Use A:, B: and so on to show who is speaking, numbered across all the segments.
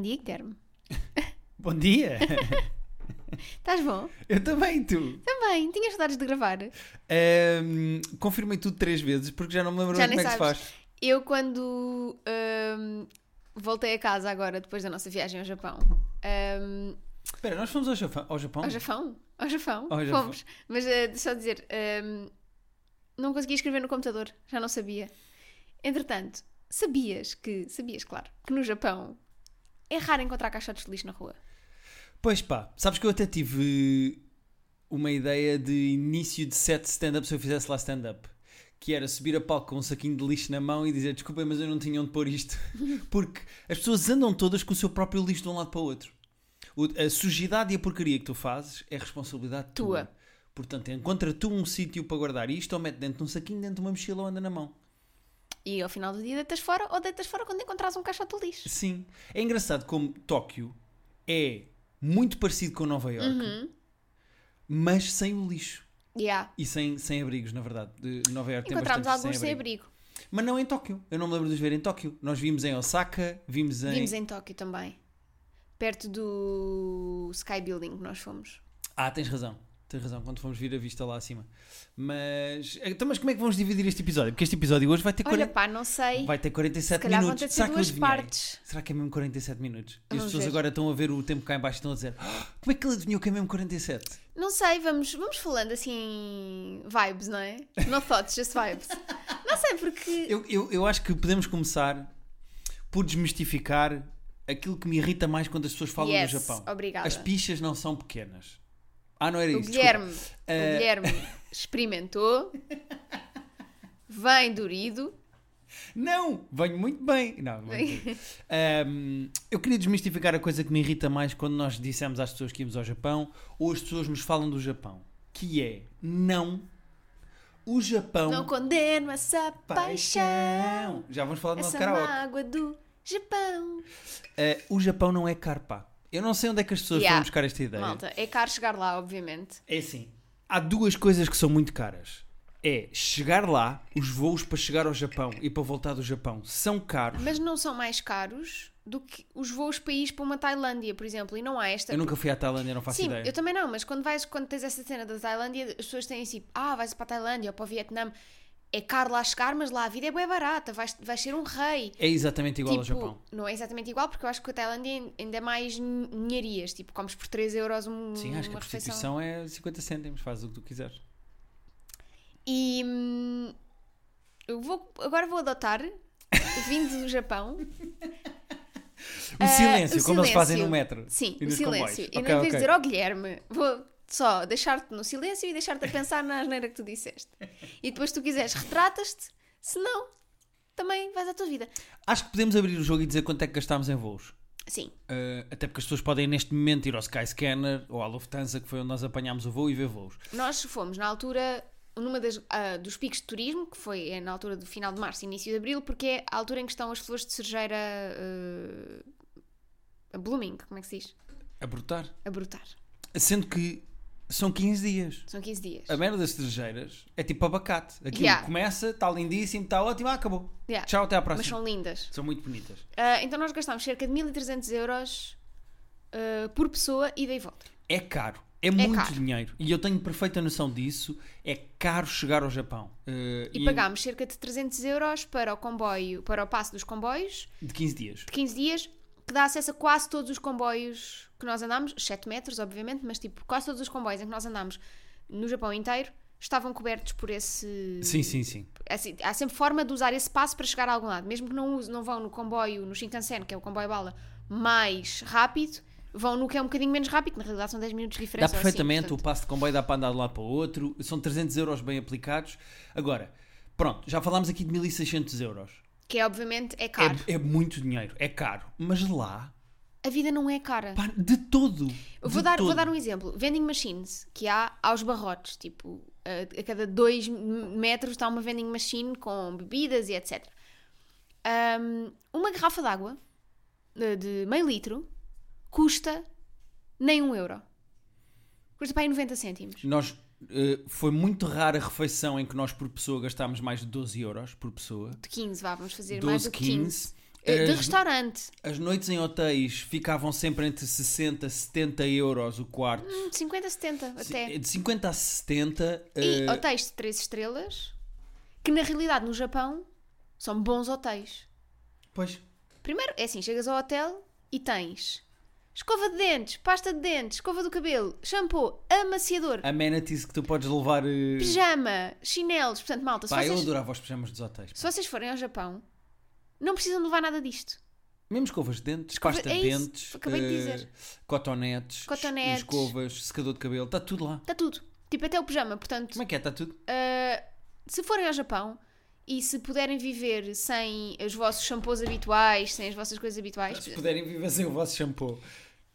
A: dia, Guilherme.
B: Bom dia!
A: Estás bom?
B: Eu também, tu!
A: Também, tinhas saudades de gravar.
B: Ahm, confirmei tudo três vezes porque já não me lembro
A: Já
B: bem como
A: nem
B: é que se
A: sabes.
B: faz.
A: Eu, quando hum, voltei a casa agora, depois da nossa viagem ao Japão. hum,
B: Espera, nós fomos ao Japão? Ao Japão?
A: ao Japão? Ao Japão?
B: Ao Japão.
A: Fomos. Mas eh, deixa eu dizer, hum, não conseguia escrever no computador, já não sabia. Entretanto, sabias que, sabias, claro, que no Japão é raro encontrar caixotes de lixo na rua.
B: Pois pá, sabes que eu até tive uma ideia de início de set de stand-up se eu fizesse lá stand-up. Que era subir a palco com um saquinho de lixo na mão e dizer desculpem, mas eu não tinha onde pôr isto. Porque as pessoas andam todas com o seu próprio lixo de um lado para o outro. O- A sujidade e a porcaria que tu fazes é responsabilidade tua.
A: Tua.
B: Portanto, encontra tu um sítio para guardar isto ou mete dentro de um saquinho, dentro de uma mochila ou anda na mão.
A: E ao final do dia deitas fora ou deitas fora quando encontrares um caixote de lixo.
B: Sim. É engraçado como Tóquio é muito parecido com Nova Iorque,
A: Uhum.
B: mas sem o lixo.
A: Yeah.
B: E sem, sem abrigos, na verdade. De Nova Iorque tem
A: Encontramos
B: bastante
A: alguns sem
B: sem abrigo.
A: abrigo.
B: Mas não em Tóquio. Eu não me lembro de os ver em Tóquio. Nós vimos em Osaka, vimos em.
A: Vimos em Tóquio também. Perto do Sky Building que nós fomos.
B: Ah, tens razão. Tens razão, quando fomos vir a vista lá acima. Mas. Então, mas como é que vamos dividir este episódio? Porque este episódio hoje vai ter,
A: Olha
B: 40
A: pá, não sei.
B: vai ter
A: Se
B: 47
A: calhar vão
B: minutos.
A: ter de ser
B: Será que eu
A: duas
B: adivinhei?
A: partes.
B: Será que é mesmo 47 minutos? E as
A: Vamos
B: pessoas
A: ver.
B: agora estão a ver o tempo cá em baixo e estão a dizer "Ah, como é que ele adivinhou que é mesmo 47?
A: Não sei, vamos, vamos falando assim vibes, não é? No thoughts, just vibes. não sei porque.
B: Eu, eu, eu acho que podemos começar por desmistificar aquilo que me irrita mais quando as pessoas falam
A: yes,
B: do Japão.
A: Obrigada.
B: As pichas não são pequenas. Ah, não era
A: o
B: isso. desculpa.
A: Guilherme,
B: Eh,
A: o Guilherme experimentou. Vem durido.
B: Não, venho muito bem. Não, não
A: Bem.
B: mentira. Ahm, eu queria desmistificar a coisa que me irrita mais quando nós dissemos às pessoas que íamos ao Japão ou as pessoas nos falam do Japão, que é não. O Japão.
A: Não condeno essa paixão.
B: paixão. Já vamos falar do nosso
A: Essa
B: karaoke.
A: mágoa do Japão.
B: Ah, o Japão não é caro, pá. Eu não sei onde é que as pessoas
A: Yeah.
B: vão buscar esta ideia.
A: Malta, é caro chegar lá, obviamente.
B: É assim. Há duas coisas que são muito caras. É chegar lá, os voos para chegar ao Japão e para voltar do Japão são caros.
A: Mas não são mais caros do que os voos país para uma Tailândia, por exemplo, e não há esta.
B: Eu nunca fui à Tailândia, não faço
A: Sim,
B: ideia.
A: eu também não, mas quando vais, quando tens essa cena da Tailândia, as pessoas têm assim, ah, vais para a Tailândia ou para o Vietnã, é caro lá chegar, mas lá a vida é bem barata, vais, vais ser um rei.
B: É exatamente igual ao Japão.
A: não é exatamente igual, porque eu acho que a Tailândia ainda é mais nhe- ninharias, tipo, comes por 3 euros um,
B: Sim, acho que
A: uma
B: a
A: refeição.
B: prostituição é 50 cêntimos, faz o que tu quiseres.
A: E hum, eu vou, agora vou adotar, vindo do Japão,
B: O
A: Ah,
B: silêncio,
A: o
B: como eles fazem
A: silêncio.
B: no metro.
A: Sim,
B: e
A: o
B: nos
A: silêncio.
B: comboios.
A: E
B: Ok,
A: não em vez de
B: ok.
A: dizer, "Oh, ó Guilherme, vou só deixar-te no silêncio e deixar-te a pensar na asneira que tu disseste. E depois, se tu quiseres, retratas-te, se não, também vais à tua vida.
B: Acho que podemos abrir o jogo e dizer quanto é que gastámos em voos.
A: Sim,
B: Ah, até porque as pessoas podem neste momento ir ao Skyscanner ou à Lufthansa, que foi onde nós apanhámos o voo, e ver voos.
A: nós fomos na altura, numa das, ah, dos picos de turismo, que foi é na altura do final de março, início de abril, porque é a altura em que estão as flores de cerejeira ah, a blooming, como é que se diz?
B: A brotar.
A: A brotar.
B: Sendo que são 15 dias.
A: São 15 dias.
B: A merda das cerejeiras é tipo abacate. Aquilo
A: Yeah.
B: começa, está lindíssimo, está ótimo, ah, acabou.
A: Yeah.
B: Tchau, até à
A: Mas
B: próxima.
A: são lindas.
B: São muito bonitas.
A: Ah, então nós gastámos cerca de 1300 euros ah, por pessoa, ida e volta.
B: É caro. É, muito
A: caro.
B: dinheiro. E eu tenho perfeita noção disso. É caro chegar ao Japão. Eh,
A: E pagámos cerca de 300 euros para o comboio, para o passo dos comboios,
B: De 15 dias.
A: de 15 dias, que dá acesso a quase todos os comboios que nós andámos, 7 metros, obviamente, mas tipo, quase todos os comboios em que nós andámos no Japão inteiro estavam cobertos por esse.
B: Sim, sim, sim.
A: assim, há sempre forma de usar esse passo para chegar a algum lado. Mesmo que não, use- não vão no comboio, no Shinkansen, que é o comboio bala, mais rápido, vão no que é um bocadinho menos rápido, na realidade são 10 minutos de
B: Dá
A: diferença. ou assim,
B: perfeitamente, o
A: portanto.
B: passo de comboio dá para andar de um lado para o outro, são 300 euros bem aplicados. Agora, pronto, já falámos aqui de 1600 euros.
A: Que é, obviamente, é
B: É-
A: caro.
B: É, muito dinheiro, é caro. Mas lá,
A: A vida não é cara.
B: pá, de todo.
A: Eu
B: de
A: Vou dar, vou
B: todo.
A: dar um exemplo. Vending machines que há aos barrotes. Tipo, a, a cada dois m- metros está uma vending machine com bebidas e etc. Ahm, uma garrafa d'água de, de meio litro custa nem um euro. Custa para aí 90 cêntimos.
B: Nós, eh, foi muito rara a refeição em que nós por pessoa gastámos mais de 12 euros por pessoa.
A: De 15, vá, vamos fazer mais
B: 12,
A: do que 15.
B: 15.
A: Eh, De
B: As-
A: restaurante,
B: As noites em hotéis ficavam sempre entre 60 e 70 euros o quarto.
A: hum, 50, 70 até.
B: De 50 a 70.
A: E
B: eh,
A: hotéis de 3 estrelas, que na realidade no Japão são bons hotéis.
B: Pois.
A: Primeiro, é assim, chegas ao hotel e tens escova de dentes, pasta de dentes, escova do cabelo, shampoo, amaciador,
B: Ah, Amenities que tu podes levar. eh,
A: pijama, chinelos, portanto, malta, se
B: Pá, eu
A: vocês,
B: adorava os pijamas dos hotéis.
A: se vocês forem ao Japão, não precisam levar nada disto.
B: Mesmo escovas de dentes,
A: Escova-
B: pasta
A: é
B: de
A: isso,
B: dentes,
A: acabei de
B: eh,
A: dizer.
B: cotonetes,
A: Cotonetes.
B: escovas, secador de cabelo, está tudo lá.
A: Está tudo. Tipo, até o pijama, portanto,
B: Como é que é? Está tudo?
A: Uh, se forem ao Japão e se puderem viver sem os vossos shampoos habituais, sem as vossas coisas habituais,
B: Se puderem viver sem o vosso shampoo.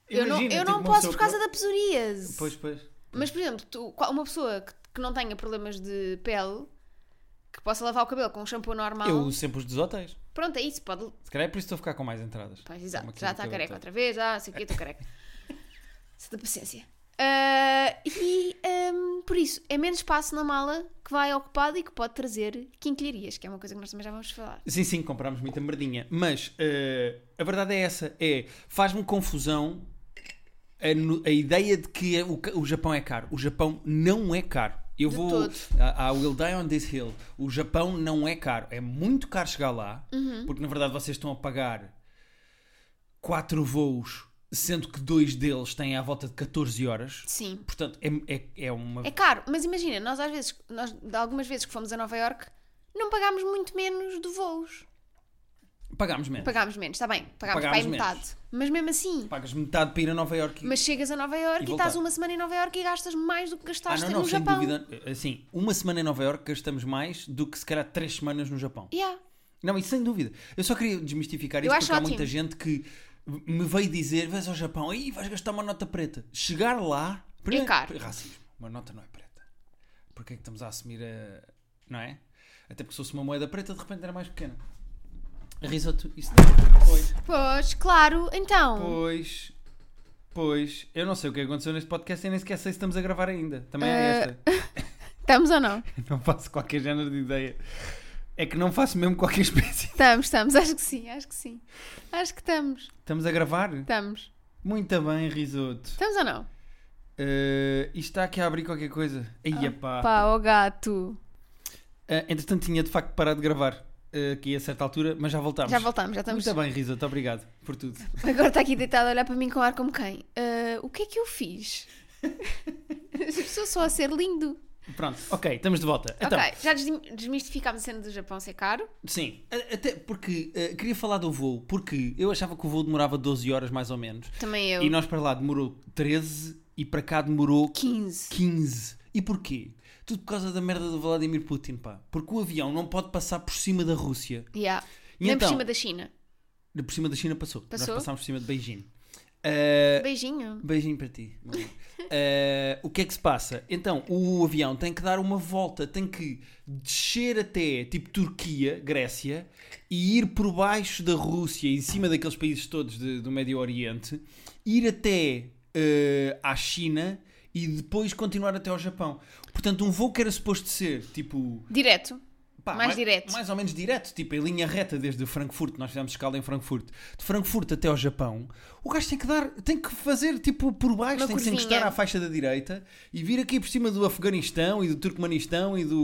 A: eu não,
B: Imagina,
A: eu
B: tipo,
A: não
B: uma
A: posso
B: pessoa
A: por
B: que
A: causa da psoríase.
B: Pois, pois.
A: Mas, por exemplo, tu- qual- uma pessoa que, que não tenha problemas de pele, que possa lavar o cabelo com um shampoo normal,
B: Eu uso sempre os dos hotéis.
A: pronto, é isso, pode.
B: Se calhar é por isso que estou a ficar com mais entradas.
A: Pois,
B: Uma
A: exato,
B: coisa
A: já
B: que
A: está
B: eu
A: careca
B: adoro.
A: outra vez, ah, sei o que, estou careca. Se da paciência. Uh, e um, por isso, é menos espaço na mala que vai ocupado e que pode trazer quinquilharias, que é uma coisa que nós também já vamos falar.
B: Sim, sim, comprámos muita merdinha. Mas eh, a verdade é essa: é faz-me confusão a, nu- a ideia de que o, ca- o Japão é caro. O Japão não é caro. Eu
A: De
B: vou.
A: todo.
B: I I will die on this hill. O Japão não é caro. É muito caro chegar lá,
A: Uhum.
B: porque na verdade vocês estão a pagar quatro voos, sendo que dois deles têm à volta de 14 horas.
A: Sim.
B: Portanto, é, é, é uma.
A: É caro, mas imagina, nós às vezes, nós de algumas vezes que fomos a Nova York, não pagámos muito menos de voos.
B: Pagámos menos.
A: Pagámos menos, está bem, pagámos,
B: Pagámos
A: para aí
B: menos.
A: metade. Mas mesmo assim,
B: Pagas metade para ir a Nova Iorque.
A: mas chegas a Nova York
B: E
A: e,
B: voltar.
A: estás uma semana em Nova York e gastas mais do que
B: Ah,
A: gastaste
B: não, não,
A: no
B: sem
A: Japão.
B: dúvida. Assim, uma semana em Nova Iorque gastamos mais do que se calhar três semanas no Japão.
A: Yeah.
B: Não, isso sem dúvida. Eu só queria desmistificar isso
A: Eu
B: porque
A: acho
B: há
A: ótimo.
B: muita gente que me veio dizer: vais ao Japão, aí vais gastar uma nota preta. Chegar lá. primeiro-
A: caro.
B: Racismo. Uma nota não é preta. Porquê é que estamos a assumir a. Não é? Até porque se fosse uma moeda preta, de repente era mais pequena. Risoto, isso é. Pois.
A: Pois, claro, então.
B: Pois. Pois. Eu não sei o que aconteceu neste podcast e nem sequer sei se estamos a gravar ainda. Também é
A: Eh,
B: esta.
A: Estamos ou não?
B: Não faço qualquer género de ideia. É que não faço mesmo qualquer espécie.
A: Estamos, estamos, acho que sim, acho que sim. Acho que estamos,
B: Estamos a gravar?
A: estamos.
B: Muito bem, risoto.
A: Estamos ou não?
B: Eh, isto está aqui a abrir qualquer coisa. Aí, pá.
A: Ah, Pá, ó gato.
B: Eh, entretanto, tinha de facto parado de gravar eh, aqui a certa altura, mas já voltámos.
A: Já voltamos, já estamos.
B: Muito bem, risoto. Obrigado por tudo.
A: Agora está aqui deitado a olhar para mim com ar como quem? "Ah, o que é que eu fiz? Estou só a ser lindo.
B: Pronto, ok, estamos de volta. Então,
A: ok, já desmi- desmistificámos a cena do Japão ser caro.
B: sim, a- até porque eh, queria falar do voo, porque eu achava que o voo demorava 12 horas mais ou menos.
A: Também eu.
B: E nós para lá demorou 13 e para cá demorou
A: 15.
B: 15. E porquê? Tudo por causa da merda do Vladimir Putin, pá. Porque o avião não pode passar por cima da Rússia.
A: Yeah.
B: E
A: Nem
B: então?
A: por cima da China.
B: Por cima da China passou.
A: Passou?
B: Nós passámos por cima de Beijing. Ah,
A: Beijinho.
B: beijinho para ti. meu amor. Ah, o que é que se passa? Então, o avião tem que dar uma volta, tem que descer até tipo Turquia, Grécia, e ir por baixo da Rússia, em cima daqueles países todos de- do Médio Oriente, ir até ah, à China e depois continuar até ao Japão. Portanto, um voo que era suposto ser tipo
A: Direto.
B: Pá,
A: Mais direto.
B: Mais ou menos direto, tipo em linha reta desde Frankfurt, nós fizemos escala em Frankfurt, de Frankfurt até ao Japão, o gajo tem que dar, tem que fazer tipo por baixo,
A: Uma
B: tem que se
A: curvinha.
B: encostar à faixa da direita e vir aqui por cima do Afeganistão e do Turcomanistão e do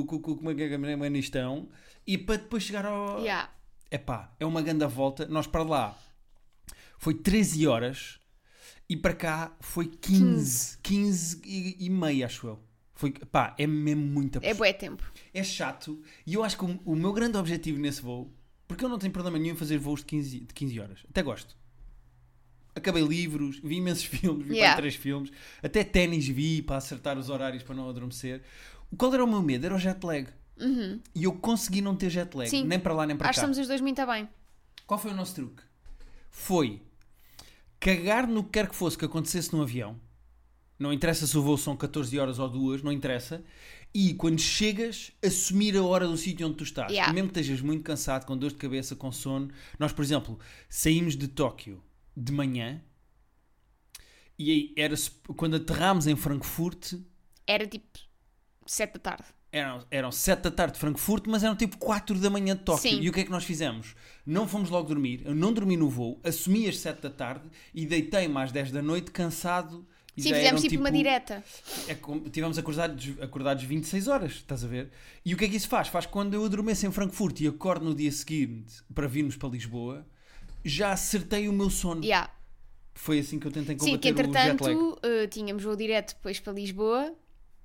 B: é Cucumanistão e para depois chegar ao.
A: Yeah.
B: Epá, é uma grande volta. Nós para lá foi 13 horas e para cá foi 15, 15, e, e meia, acho eu. Foi, pá, é mesmo muita
A: É bué tempo.
B: é chato e eu acho que o, o meu grande objetivo nesse voo, porque eu não tenho problema nenhum em fazer voos de 15, de 15 horas, até gosto. Acabei livros, vi imensos filmes, vi para
A: Yeah.
B: aí três filmes, até ténis vi para acertar os horários para não adormecer. Qual era o meu medo? Era o jet lag. E eu consegui não ter jet lag,
A: Uhum. Sim.
B: nem para lá nem para
A: Acho que
B: cá.
A: estamos os dois muito bem.
B: Qual foi o nosso truque? Foi cagar no que quer que fosse que acontecesse no avião. Não interessa se o voo são 14 horas ou 2, não interessa. E quando chegas, assumir a hora do sítio onde tu estás.
A: Yeah.
B: Mesmo que estejas muito cansado, com dor de cabeça, com sono. Nós, por exemplo, saímos de Tóquio de manhã e aí era, sup- quando aterramos em Frankfurt,
A: Era tipo 7 da tarde.
B: eram, eram 7 da tarde de Frankfurt, mas eram tipo 4 da manhã de Tóquio.
A: Sim.
B: E o que é que nós fizemos? Não fomos logo dormir, eu não dormi no voo, assumi às 7 da tarde e deitei-me às 10 da noite, cansado. E
A: Sim,
B: já um
A: fizemos
B: eram,
A: tipo, uma direta.
B: é como- tivemos acordados, acordados 26 horas, estás a ver? E o que é que isso faz? Faz que quando eu adormeço em Frankfurt e acordo no dia seguinte para virmos para Lisboa, já acertei o meu sono.
A: Yeah.
B: Foi assim que eu tentei combater
A: Sim, que
B: o jet lag.
A: entretanto eh, tínhamos voo direto depois para Lisboa,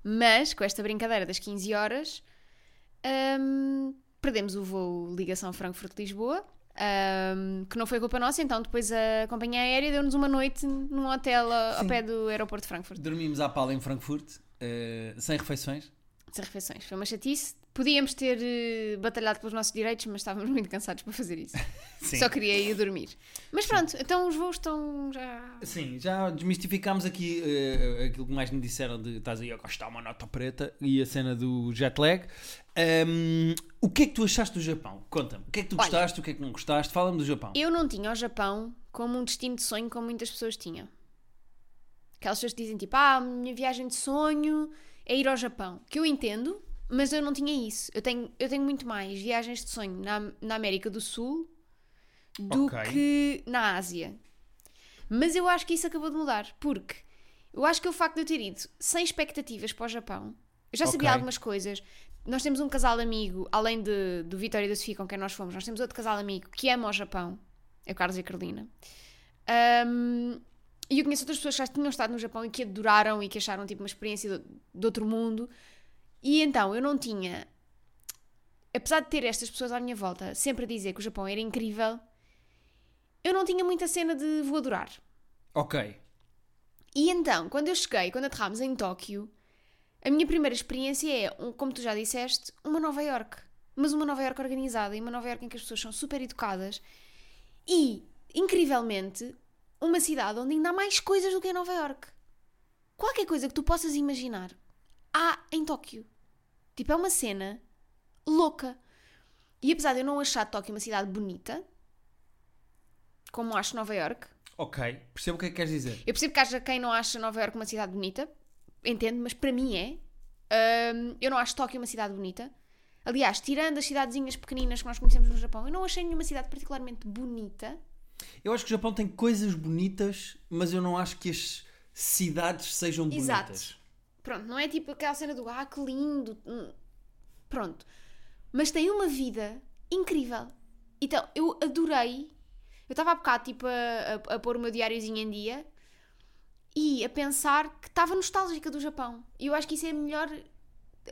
A: mas com esta brincadeira das 15 horas ahm, perdemos o voo ligação Frankfurt-Lisboa, ahm, que não foi culpa nossa, então depois a companhia aérea deu-nos uma noite num hotel a- ao
B: Sim.
A: pé do aeroporto de Frankfurt,
B: Dormimos à pala em Frankfurt, eh, sem refeições.
A: sem refeições. Foi uma chatice. Podíamos ter eh, batalhado pelos nossos direitos, mas estávamos muito cansados para fazer isso.
B: Sim.
A: Só queria ir dormir. Mas pronto, então os voos estão já.
B: Sim, já desmistificámos aqui eh, aquilo que mais me disseram de estás aí a gastar uma nota preta e a cena do jet lag. Ahm, o que é que tu achaste do Japão? Conta-me. O que é que tu
A: Olha.
B: gostaste, o que é que não gostaste? Fala-me do Japão.
A: Eu não tinha o Japão como um destino de sonho como muitas pessoas tinham. Aquelas pessoas que dizem tipo, ah, a minha viagem de sonho é ir ao Japão. Que eu entendo, mas eu não tinha isso. Eu tenho, eu tenho muito mais viagens de sonho na, na América do Sul do
B: Ok.
A: que na Ásia. Mas eu acho que isso acabou de mudar, porque eu acho que o facto de eu ter ido sem expectativas para o Japão, eu já sabia
B: Ok.
A: algumas coisas. Nós temos um casal amigo, além de, do Vitória e da Sofia, com quem nós fomos, nós temos outro casal amigo que ama o Japão, é o Carlos e a Carolina. Ahm, e eu conheço outras pessoas que já tinham estado no Japão e que adoraram e que acharam tipo uma experiência de, de outro mundo. E então eu não tinha, apesar de ter estas pessoas à minha volta sempre a dizer que o Japão era incrível, eu não tinha muita cena de vou adorar.
B: Ok.
A: E então, quando eu cheguei, quando aterrámos em Tóquio, a minha primeira experiência é, um- como tu já disseste, uma Nova York. Mas uma Nova York organizada e uma Nova York em que as pessoas são super educadas. E, incrivelmente, uma cidade onde ainda há mais coisas do que em Nova York. Qualquer coisa que tu possas imaginar, há em Tóquio. Tipo, é uma cena louca. E apesar de eu não achar Tóquio uma cidade bonita, como acho Nova York,
B: Ok, percebo o que é que queres dizer.
A: eu percebo que haja quem não acha Nova Iorque uma cidade bonita, entendo, mas para mim é. Ahm, eu não acho Tóquio uma cidade bonita. Aliás, tirando as cidadezinhas pequeninas que nós conhecemos no Japão, eu não achei nenhuma cidade particularmente bonita.
B: Eu acho que o Japão tem coisas bonitas, mas eu não acho que as cidades sejam
A: Exato.
B: bonitas.
A: Pronto, não é tipo aquela cena do ah, que lindo. hum. Pronto. Mas tem uma vida incrível. Então, eu adorei. Eu estava há bocado tipo, a, a, a pôr o meu diáriozinho em dia e a pensar que estava nostálgica do Japão. E eu acho que isso é a melhor,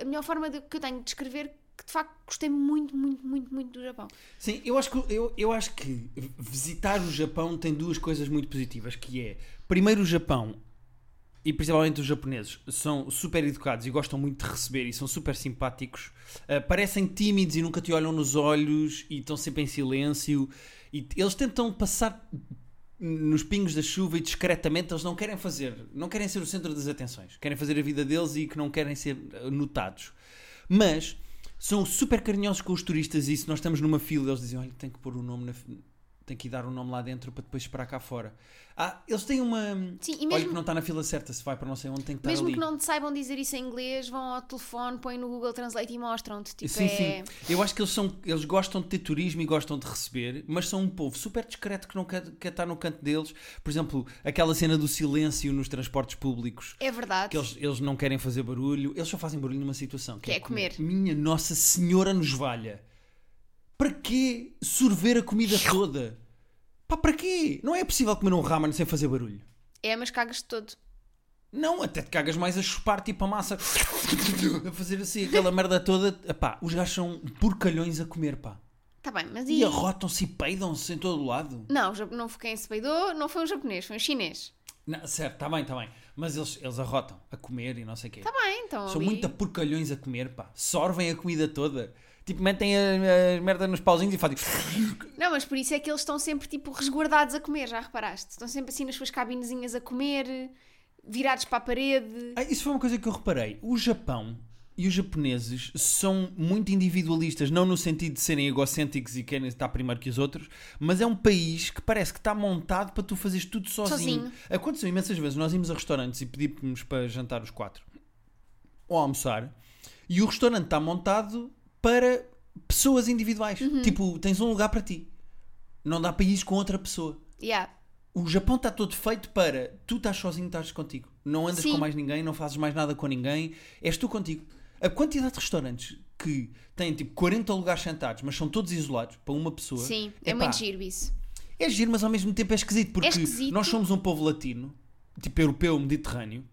A: a melhor forma de- que eu tenho de descrever que de facto gostei muito, muito, muito, muito do Japão.
B: Sim, eu acho, que, eu, eu acho que visitar o Japão tem duas coisas muito positivas, que é, primeiro o Japão, e principalmente os japoneses, são super educados e gostam muito de receber e são super simpáticos, Ah, parecem tímidos e nunca te olham nos olhos e estão sempre em silêncio, e t- eles tentam passar nos pingos da chuva e discretamente eles não querem fazer, não querem ser o centro das atenções, querem fazer a vida deles e que não querem ser eh, notados. Mas são super carinhosos com os turistas e se nós estamos numa fila eles dizem, olha, tem que pôr o nome na fi- tem que ir dar o nome lá dentro para depois esperar cá fora. Ah, eles têm uma
A: Sim, e
B: olha
A: mesmo,
B: que não está na fila certa, se vai para não sei onde tem que estar
A: mesmo
B: ali.
A: que não te saibam dizer isso em inglês, vão ao telefone, põem no Google Translate e mostram-te. Tipo,
B: sim,
A: é...
B: sim. Eu acho que eles, são, eles gostam de ter turismo e gostam de receber, mas são um povo super discreto que não quer, quer estar no canto deles. Por exemplo, aquela cena do silêncio nos transportes públicos.
A: É verdade.
B: Que eles, eles não querem fazer barulho, eles só fazem barulho numa situação.
A: Que é comer.
B: Minha Nossa Senhora nos valha. Para quê sorver a comida toda? Pá, para quê? Não é possível comer um ramen sem fazer barulho.
A: É, mas cagas de todo.
B: Não, até te cagas mais a chupar tipo a massa. A fazer assim aquela merda toda. Epá, os gajos são porcalhões a comer, pá.
A: Tá bem, mas
B: E
A: e.
B: arrotam-se e peidam-se em todo o lado.
A: Não, o jap- não foi quem se peidou, não foi um japonês, foi um chinês.
B: Não, certo, está bem, está bem. Mas eles, eles arrotam a comer e não sei o quê.
A: Tá bem, então.
B: São
A: ali-
B: muito porcalhões a comer, pá. Sorvem a comida toda. Tipo, metem a, a merda nos pauzinhos e fazem.
A: Não, mas por isso é que eles estão sempre tipo resguardados a comer, já reparaste? Estão sempre assim nas suas cabinezinhas a comer, virados para a parede.
B: Ah, isso foi uma coisa que eu reparei. O Japão e os japoneses são muito individualistas, não no sentido de serem egocêntricos e querem estar primeiro que os outros, mas é um país que parece que está montado para tu fazeres tudo sozinho.
A: Sozinho.
B: Aconteceu imensas vezes. Nós íamos a restaurantes e pedíamos para jantar os quatro ou almoçar. E o restaurante está montado para pessoas individuais. Tipo, tens um lugar para ti. Não dá para ir com outra pessoa.
A: Yeah.
B: O Japão está todo feito para tu estás sozinho, estás contigo. Não andas
A: Sim.
B: com mais ninguém, não fazes mais nada com ninguém, és tu contigo. A quantidade de restaurantes que têm tipo 40 lugares sentados, mas são todos isolados para uma pessoa.
A: Sim, é
B: Epá,
A: muito giro isso.
B: É giro, mas ao mesmo tempo é esquisito, porque
A: esquisito.
B: nós somos um povo latino, tipo europeu, mediterrâneo.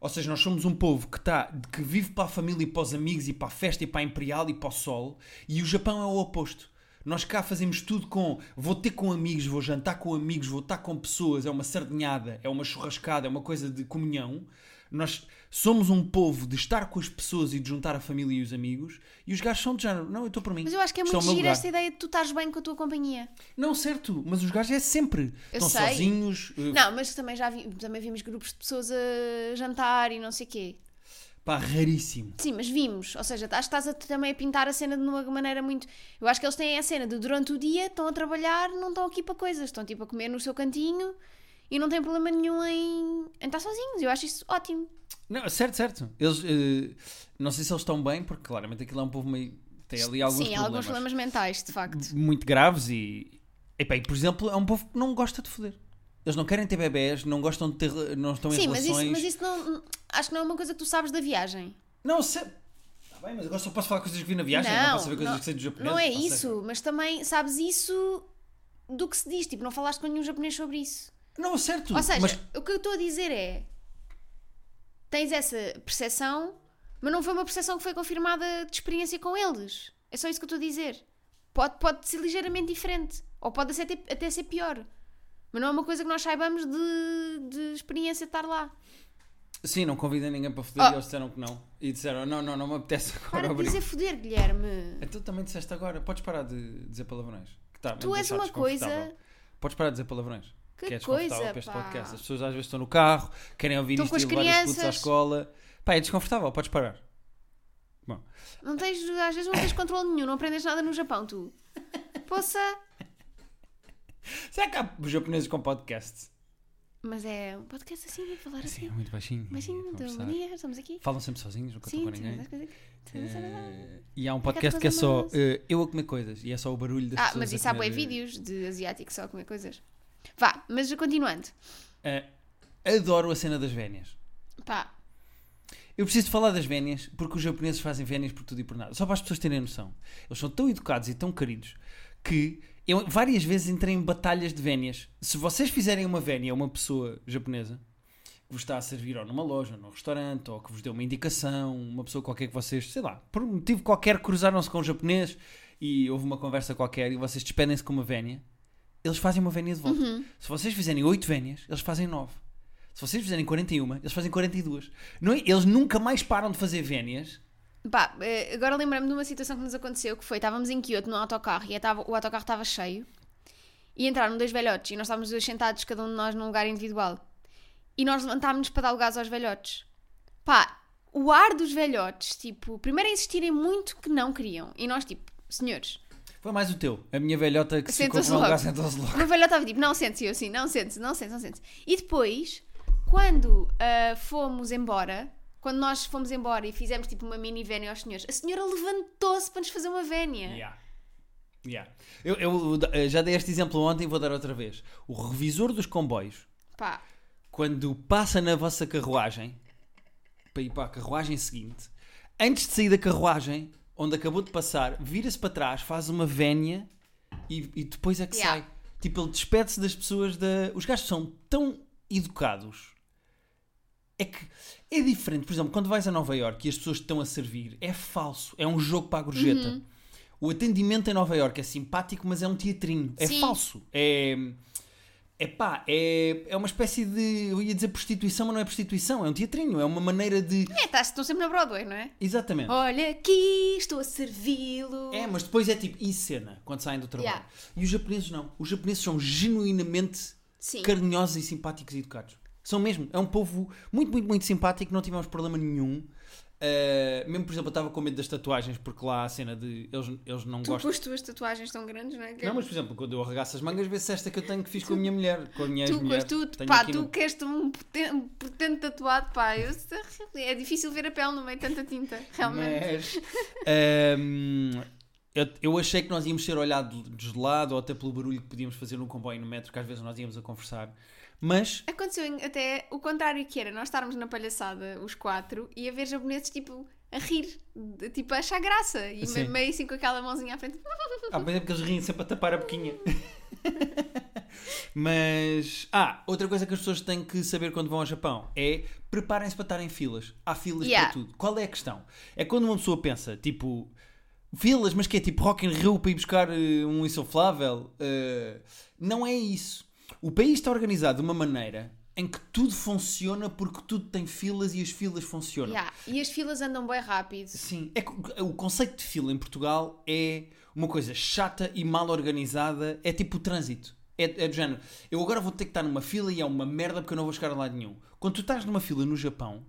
B: Ou seja, nós somos um povo que, tá, que vive para a família e para os amigos e para a festa e para a imperial e para o sol. E o Japão é o oposto. Nós cá fazemos tudo com vou ter com amigos, vou jantar com amigos, vou estar com pessoas, é uma sardinhada, é uma churrascada, é uma coisa de comunhão. Nós somos um povo de estar com as pessoas e de juntar a família e os amigos. E os gajos são de género, não, eu estou para mim.
A: Mas eu acho que é
B: Isto o
A: muito
B: meu
A: giro
B: lugar."
A: esta ideia de tu estás bem com a tua companhia.
B: Não, certo, mas os gajos é sempre.
A: Eu
B: Estão
A: sei.
B: sozinhos. eh,
A: Não, mas também já vi- também vimos grupos de pessoas a jantar e não sei o quê.
B: Pá, raríssimo.
A: Sim, mas vimos. Ou seja, acho que estás a, também a pintar a cena de uma maneira muito. Eu acho que eles têm a cena de durante o dia estão a trabalhar, não estão aqui para coisas, estão tipo a comer no seu cantinho e não têm problema nenhum em, em estar sozinhos. Eu acho isso ótimo.
B: Não, certo, certo. Eles, eh, não sei se eles estão bem, porque claramente aquilo é um povo meio. tem ali alguns,
A: Sim,
B: problemas,
A: alguns problemas mentais, de facto.
B: muito graves e. Epá, e por exemplo, é um povo que não gosta de foder. Eles não querem ter bebés, não gostam de ter. não estão em
A: Sim, mas
B: relações.
A: isso, mas isso não. Acho que não é uma coisa que tu sabes da viagem.
B: Não, se... Tá bem, mas agora só posso falar coisas que vi na viagem, não, posso saber coisas
A: não-
B: que sei dos japoneses.
A: não é
B: ou seja,
A: isso, mas também sabes isso do que se diz. Tipo, não falaste com nenhum japonês sobre isso.
B: Não, certo.
A: Ou seja,
B: mas
A: o que eu estou a dizer é: tens essa percepção, mas não foi uma percepção que foi confirmada de experiência com eles. É só isso que eu estou a dizer. Pode, pode ser ligeiramente diferente, ou pode ser até, até ser pior. Mas não é uma coisa que nós saibamos de, de experiência de estar lá.
B: sim, não convidem ninguém para foder
A: Oh.
B: e eles disseram que não. E disseram, não, não, não me apetece agora
A: Para de
B: obrigado."
A: dizer foder, Guilherme.
B: Então também disseste agora, podes parar de dizer palavrões. Que tá,
A: Tu
B: mesmo
A: és
B: deixar
A: uma
B: desconfortável.
A: coisa-
B: Podes parar de dizer palavrões.
A: Que
B: é
A: coisa,
B: desconfortável para este
A: pá.
B: podcast. As pessoas às vezes estão no carro, querem ouvir
A: Estão
B: isto
A: com as
B: e levar os putos à
A: crianças.
B: escola. Pá, é desconfortável, podes parar. Bom,
A: Não tens, às vezes não tens controle nenhum, não aprendes nada no Japão, tu. Poça!
B: será que há japoneses com podcast?
A: Mas é um podcast assim, vou falar
B: Sim, é
A: assim.
B: muito baixinho.
A: Imagina,
B: a conversar.
A: bom dia, estamos aqui.
B: Falam sempre sozinhos, nunca estão
A: Sim, é
B: com
A: temos
B: ninguém.
A: as coisas aqui. Ah, Temos a-
B: Eh, e há um podcast que é só eh, eu a comer coisas e é só o barulho das
A: Ah,
B: pessoas.
A: mas
B: a
A: isso há bué
B: comer, eh,
A: vídeos de asiáticos só a comer coisas. Vá, mas continuando.
B: eh, adoro a cena das vénias.
A: Pá,
B: Eu preciso de falar das vénias, porque os japoneses fazem vénias por tudo e por nada. Só para as pessoas terem noção. Eles são tão educados e tão queridos que eu várias vezes entrei em batalhas de vénias. Se vocês fizerem uma vénia a uma pessoa japonesa que vos está a servir ou numa loja, ou num restaurante, ou que vos deu uma indicação, uma pessoa qualquer que vocês, sei lá, por um motivo qualquer cruzaram-se com um japonês e houve uma conversa qualquer e vocês despedem-se com uma vénia, eles fazem uma vénia de volta. Se vocês fizerem 8 vénias, eles fazem 9. Se vocês fizerem 41, eles fazem 42. Não é? Eles nunca mais param de fazer vénias.
A: pá, eh, agora lembrei-me de uma situação que nos aconteceu, que foi, estávamos em Kyoto num autocarro e estava- o autocarro estava cheio e entraram dois velhotes e nós estávamos dois sentados, cada um de nós num lugar individual. E nós levantámos-nos para dar o gás aos velhotes. Pá, o ar dos velhotes, tipo, primeiro a insistirem muito que não queriam. E nós, tipo, senhores,
B: Foi mais o teu. A minha velhota que se ficou
A: Sentou-se
B: com um
A: logo.
B: lugar sentou-se logo.
A: O meu velho estava tipo, não sente-se, E eu assim, não sente-se, não sente-se, não sente-se. E depois, quando ah, fomos embora, quando nós fomos embora e fizemos tipo uma mini vénia aos senhores, a senhora levantou-se para nos fazer uma vénia.
B: Yeah. Yeah. Eu, eu, eh, já dei este exemplo ontem e vou dar outra vez. O revisor dos comboios,
A: Pá,
B: quando passa na vossa carruagem, para ir para a carruagem seguinte, antes de sair da carruagem, onde acabou de passar, vira-se para trás, faz uma vénia e, e depois é que
A: Yeah.
B: sai. Tipo, ele despede-se das pessoas da. Os gajos são tão educados. É que é diferente, por exemplo, quando vais a Nova Iorque e as pessoas te estão a servir, é falso, é um jogo para a gorjeta.
A: Uhum.
B: O atendimento em Nova Iorque é simpático, mas é um teatrinho. É
A: Sim.
B: falso. É. É pá, é, é uma espécie de. Eu ia dizer prostituição, mas não é prostituição, é um teatrinho, é uma maneira de.
A: é, tá, estão sempre na Broadway, não é?
B: Exatamente.
A: Olha aqui, estou a servi-lo.
B: É, mas depois é tipo, e cena, quando saem do trabalho.
A: Yeah.
B: E os japoneses não. Os japoneses são genuinamente
A: Sim.
B: carinhosos e simpáticos e educados. São mesmo. É um povo muito, muito, muito simpático, não tivemos problema nenhum. eh, mesmo por exemplo, eu estava com medo das tatuagens, porque lá há a cena de. Eles, eles não
A: Tu
B: gostam.
A: com as tuas tatuagens tão grandes, não é? Que-
B: Não, mas por exemplo, quando eu arregaço as mangas, vê-se esta que eu tenho que fiz com a minha mulher, com a minha
A: Tu,
B: ex-mulher.
A: mas tu,
B: Tenho
A: pá,
B: aqui
A: tu
B: no-
A: que és um poten- um potente tatuado, pá, eu, é difícil ver a pele no meio de tanta tinta,
B: é,
A: realmente.
B: Mas, ehm, eu, eu achei que nós íamos ser olhados de lado, ou até pelo barulho que podíamos fazer no comboio e no metro, que às vezes nós íamos a conversar. Mas,
A: Aconteceu em- até o contrário que era, nós estarmos na palhaçada, os quatro, e a ver japoneses, tipo, a rir, de- tipo, a achar graça, e me-
B: Sim.
A: meio assim com aquela mãozinha à frente.
B: há por exemplo que é eles riem sempre a tapar a boquinha. Mas, ah, outra coisa que as pessoas têm que saber quando vão ao Japão é preparem-se para estar em filas. Há filas
A: Yeah.
B: para tudo. Qual é a questão? É quando uma pessoa pensa, tipo, filas, mas que é tipo Rock in Rio para ir buscar eh, um insuflável? Eh, não é isso. O país está organizado de uma maneira em que tudo funciona porque tudo tem filas e as filas funcionam.
A: Yeah. E as filas andam bem rápido.
B: Sim, é que o conceito de fila em Portugal é uma coisa chata e mal organizada, é tipo o trânsito. É, é do género, eu agora vou ter que estar numa fila e é uma merda porque eu não vou chegar a lado nenhum. Quando tu estás numa fila no Japão,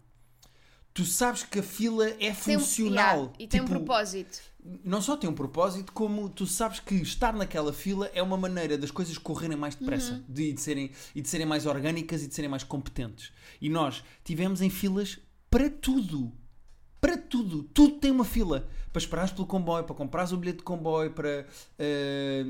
B: tu sabes que a fila é
A: Tem um-
B: funcional.
A: yeah, E tem um
B: Tipo,
A: propósito.
B: Não só tem um propósito, como tu sabes que estar naquela fila é uma maneira das coisas correrem mais depressa
A: Uhum.
B: de, e de serem, e de serem mais orgânicas e de serem mais competentes. E nós tivemos em filas para tudo. Para tudo. Tudo tem uma fila. Para esperares pelo comboio, para comprares o bilhete de comboio, para. eh,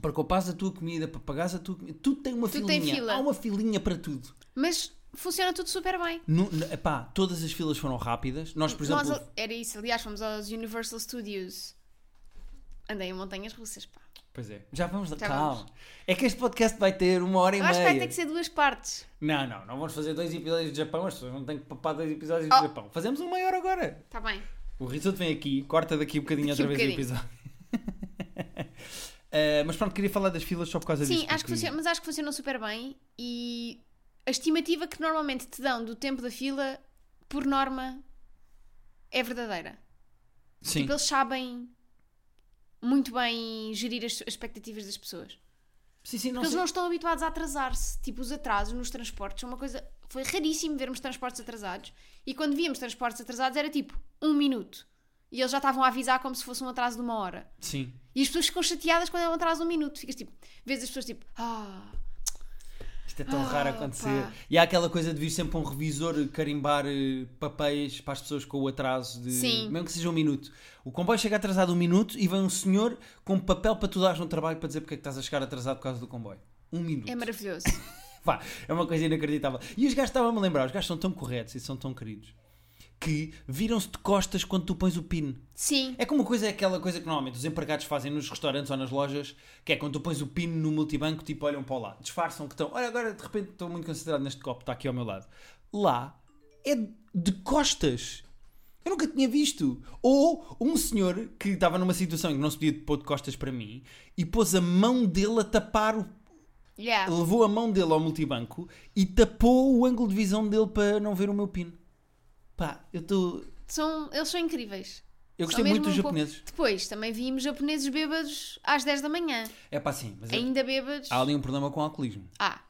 B: para comprares a tua comida, para pagares a tua comida, tudo tem uma
A: Tudo tem
B: filinha.
A: fila.
B: Há uma filinha para tudo.
A: Mas funciona tudo super bem.
B: No, no- epá, todas as filas foram rápidas. Nós, por exemplo,
A: Nós, era isso, aliás, fomos aos Universal Studios. Andei em montanhas russas, pá.
B: Pois é. Já vamos lá.
A: Já
B: Calma.
A: vamos.
B: É que este podcast vai ter uma hora e
A: Eu acho que vai
B: meia.
A: ter que ser duas partes.
B: Não, não, não vamos fazer dois episódios de Japão, as pessoas não têm que papar dois episódios
A: Oh.
B: de Japão. Fazemos um maior agora.
A: Está Tá bem.
B: O risoto vem aqui, corta daqui um bocadinho
A: Daqui
B: outra
A: um
B: vez o episódio. Ah, mas pronto, queria falar das filas só por causa disso.
A: Sim, acho que funciona, mas acho que funcionou super bem e a estimativa que normalmente te dão do tempo da fila, por norma, é verdadeira.
B: Sim,
A: Tipo, eles sabem muito bem gerir as, as expectativas das pessoas.
B: sim, sim, não
A: Porque eles
B: sei.
A: não estão habituados a atrasar-se. Tipo, os atrasos nos transportes são uma coisa. Foi raríssimo vermos transportes atrasados. E quando víamos transportes atrasados era tipo um minuto. E eles já estavam a avisar como se fosse um atraso de uma hora.
B: Sim.
A: E as pessoas ficam chateadas quando é um atraso de um minuto. Ficas tipo. Vês as pessoas tipo. Ah.
B: Isto é tão
A: Ah,
B: raro acontecer.
A: pá.
B: E há aquela coisa de vir sempre um revisor carimbar eh, papéis para as pessoas com o atraso de.
A: Sim.
B: Mesmo que seja um minuto. O comboio chega atrasado um minuto e vem um senhor com papel para tu dares no trabalho para dizer porque é que estás a chegar atrasado por causa do comboio. Um minuto.
A: É maravilhoso.
B: Pá, é uma coisa inacreditável. E os gajos estavam-me a lembrar, os gajos são tão corretos e são tão queridos que viram-se de costas quando tu pões o pin.
A: Sim.
B: É como uma coisa, é aquela coisa que normalmente os empregados fazem nos restaurantes ou nas lojas, que é quando tu pões o pin no multibanco, tipo, olham para lá, disfarçam que estão, olha, agora de repente estou muito concentrado neste copo, está aqui ao meu lado. Lá é de costas. Eu nunca tinha visto. Ou um senhor que estava numa situação em que não se podia pôr de costas para mim e pôs a mão dele a tapar o
A: Yeah.
B: levou a mão dele ao multibanco e tapou o ângulo de visão dele para não ver o meu pino. Pá, eu estou.
A: São, eles são incríveis.
B: Eu
A: São
B: gostei
A: mesmo
B: muito dos
A: um povo-
B: japoneses.
A: Depois também vimos japoneses bêbados às 10 da manhã.
B: É pá, sim, mas é-
A: Ainda bêbados.
B: há ali um problema com o alcoolismo.
A: Ah.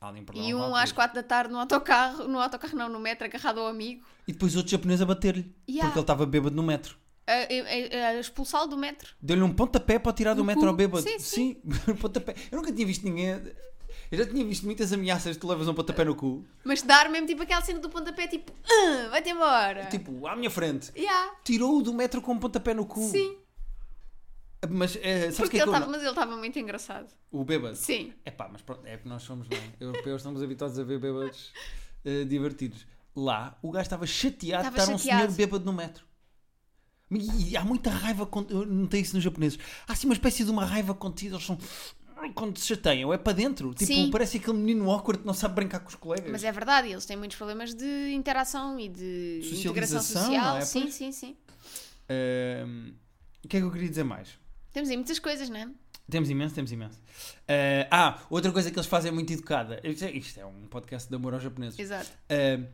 B: Há ali um problema
A: E
B: com o
A: um
B: alcoolismo.
A: às 4 da tarde no autocarro. No autocarro não, no metro, agarrado ao amigo.
B: E depois outro japonês a bater-lhe.
A: Yeah.
B: Porque ele estava bêbado no metro.
A: a, a- a- a expulsá-lo do metro.
B: Deu-lhe um pontapé para o tirar do
A: No
B: metro
A: cu.
B: ao bêbado.
A: Sim,
B: sim. um pontapé. Eu nunca tinha visto ninguém. Eu já tinha visto muitas ameaças de tu levas um pontapé no cu.
A: Mas dar mesmo tipo aquela cena do pontapé, tipo, "Ah, vai-te embora.
B: Tipo, à minha frente.
A: Yeah,
B: Tirou-o do metro com um pontapé no cu.
A: sim.
B: Mas eh, sabes o
A: Porque
B: é que é que
A: ele
B: eu...
A: tava, mas ele estava muito engraçado.
B: O bêbado.
A: Sim.
B: É pá, mas pronto, é que nós somos lá. Europeus estamos habituados a ver bêbados eh, divertidos. Lá, o gajo estava chateado de
A: Estava
B: estar um
A: chateado.
B: senhor bêbado no metro. E, e há muita raiva, con- eu notei isso nos japoneses. Há assim uma espécie de uma raiva contida, eles são. Quando se chateiam, é para dentro. Tipo,
A: Sim.
B: parece aquele menino awkward que não sabe brincar com os colegas.
A: Mas é verdade, eles têm muitos problemas de interação e de integração
B: Socialização,
A: social.
B: não é?
A: Sim,
B: Pois.
A: sim, sim.
B: Ahm, o que é que eu queria dizer mais?
A: Temos aí muitas coisas, não é?
B: Temos imenso, temos imenso. Eh, ah, outra coisa que eles fazem muito educada. Isto é- Isto é um podcast de amor aos japoneses.
A: Exato.
B: Uh,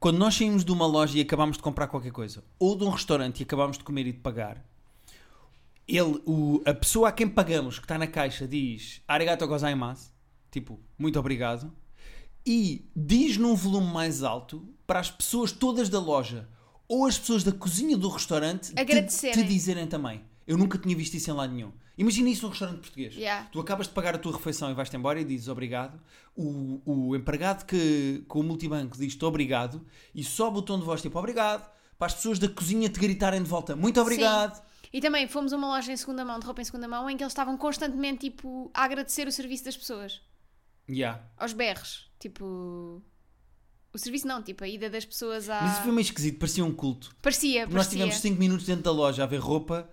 B: quando nós saímos de uma loja e acabámos de comprar qualquer coisa, ou de um restaurante e acabámos de comer e de pagar, ele, o- a pessoa a quem pagamos, que está na caixa, diz arigato gozaimasu, tipo, muito obrigado, e diz num volume mais alto para as pessoas todas da loja, ou as pessoas da cozinha do restaurante te- te,
A: Agradecerem.
B: dizerem também. Eu nunca tinha visto isso em lado nenhum. Imagina isso num restaurante português.
A: Yeah.
B: Tu acabas de pagar a tua refeição e vais-te embora e dizes obrigado. O, o empregado que com o multibanco diz-te obrigado e sobe o tom de voz tipo obrigado para as pessoas da cozinha te gritarem de volta muito obrigado.
A: E também fomos a uma loja em segunda mão, de roupa em segunda mão, em que eles estavam constantemente tipo, a agradecer o serviço das pessoas.
B: Yeah.
A: Aos berros. Tipo. O serviço não, tipo, a ida das pessoas à.
B: Mas isso foi meio esquisito, parecia um culto.
A: Parecia,
B: Nós
A: parecia.
B: tivemos 5 minutos dentro da loja a ver roupa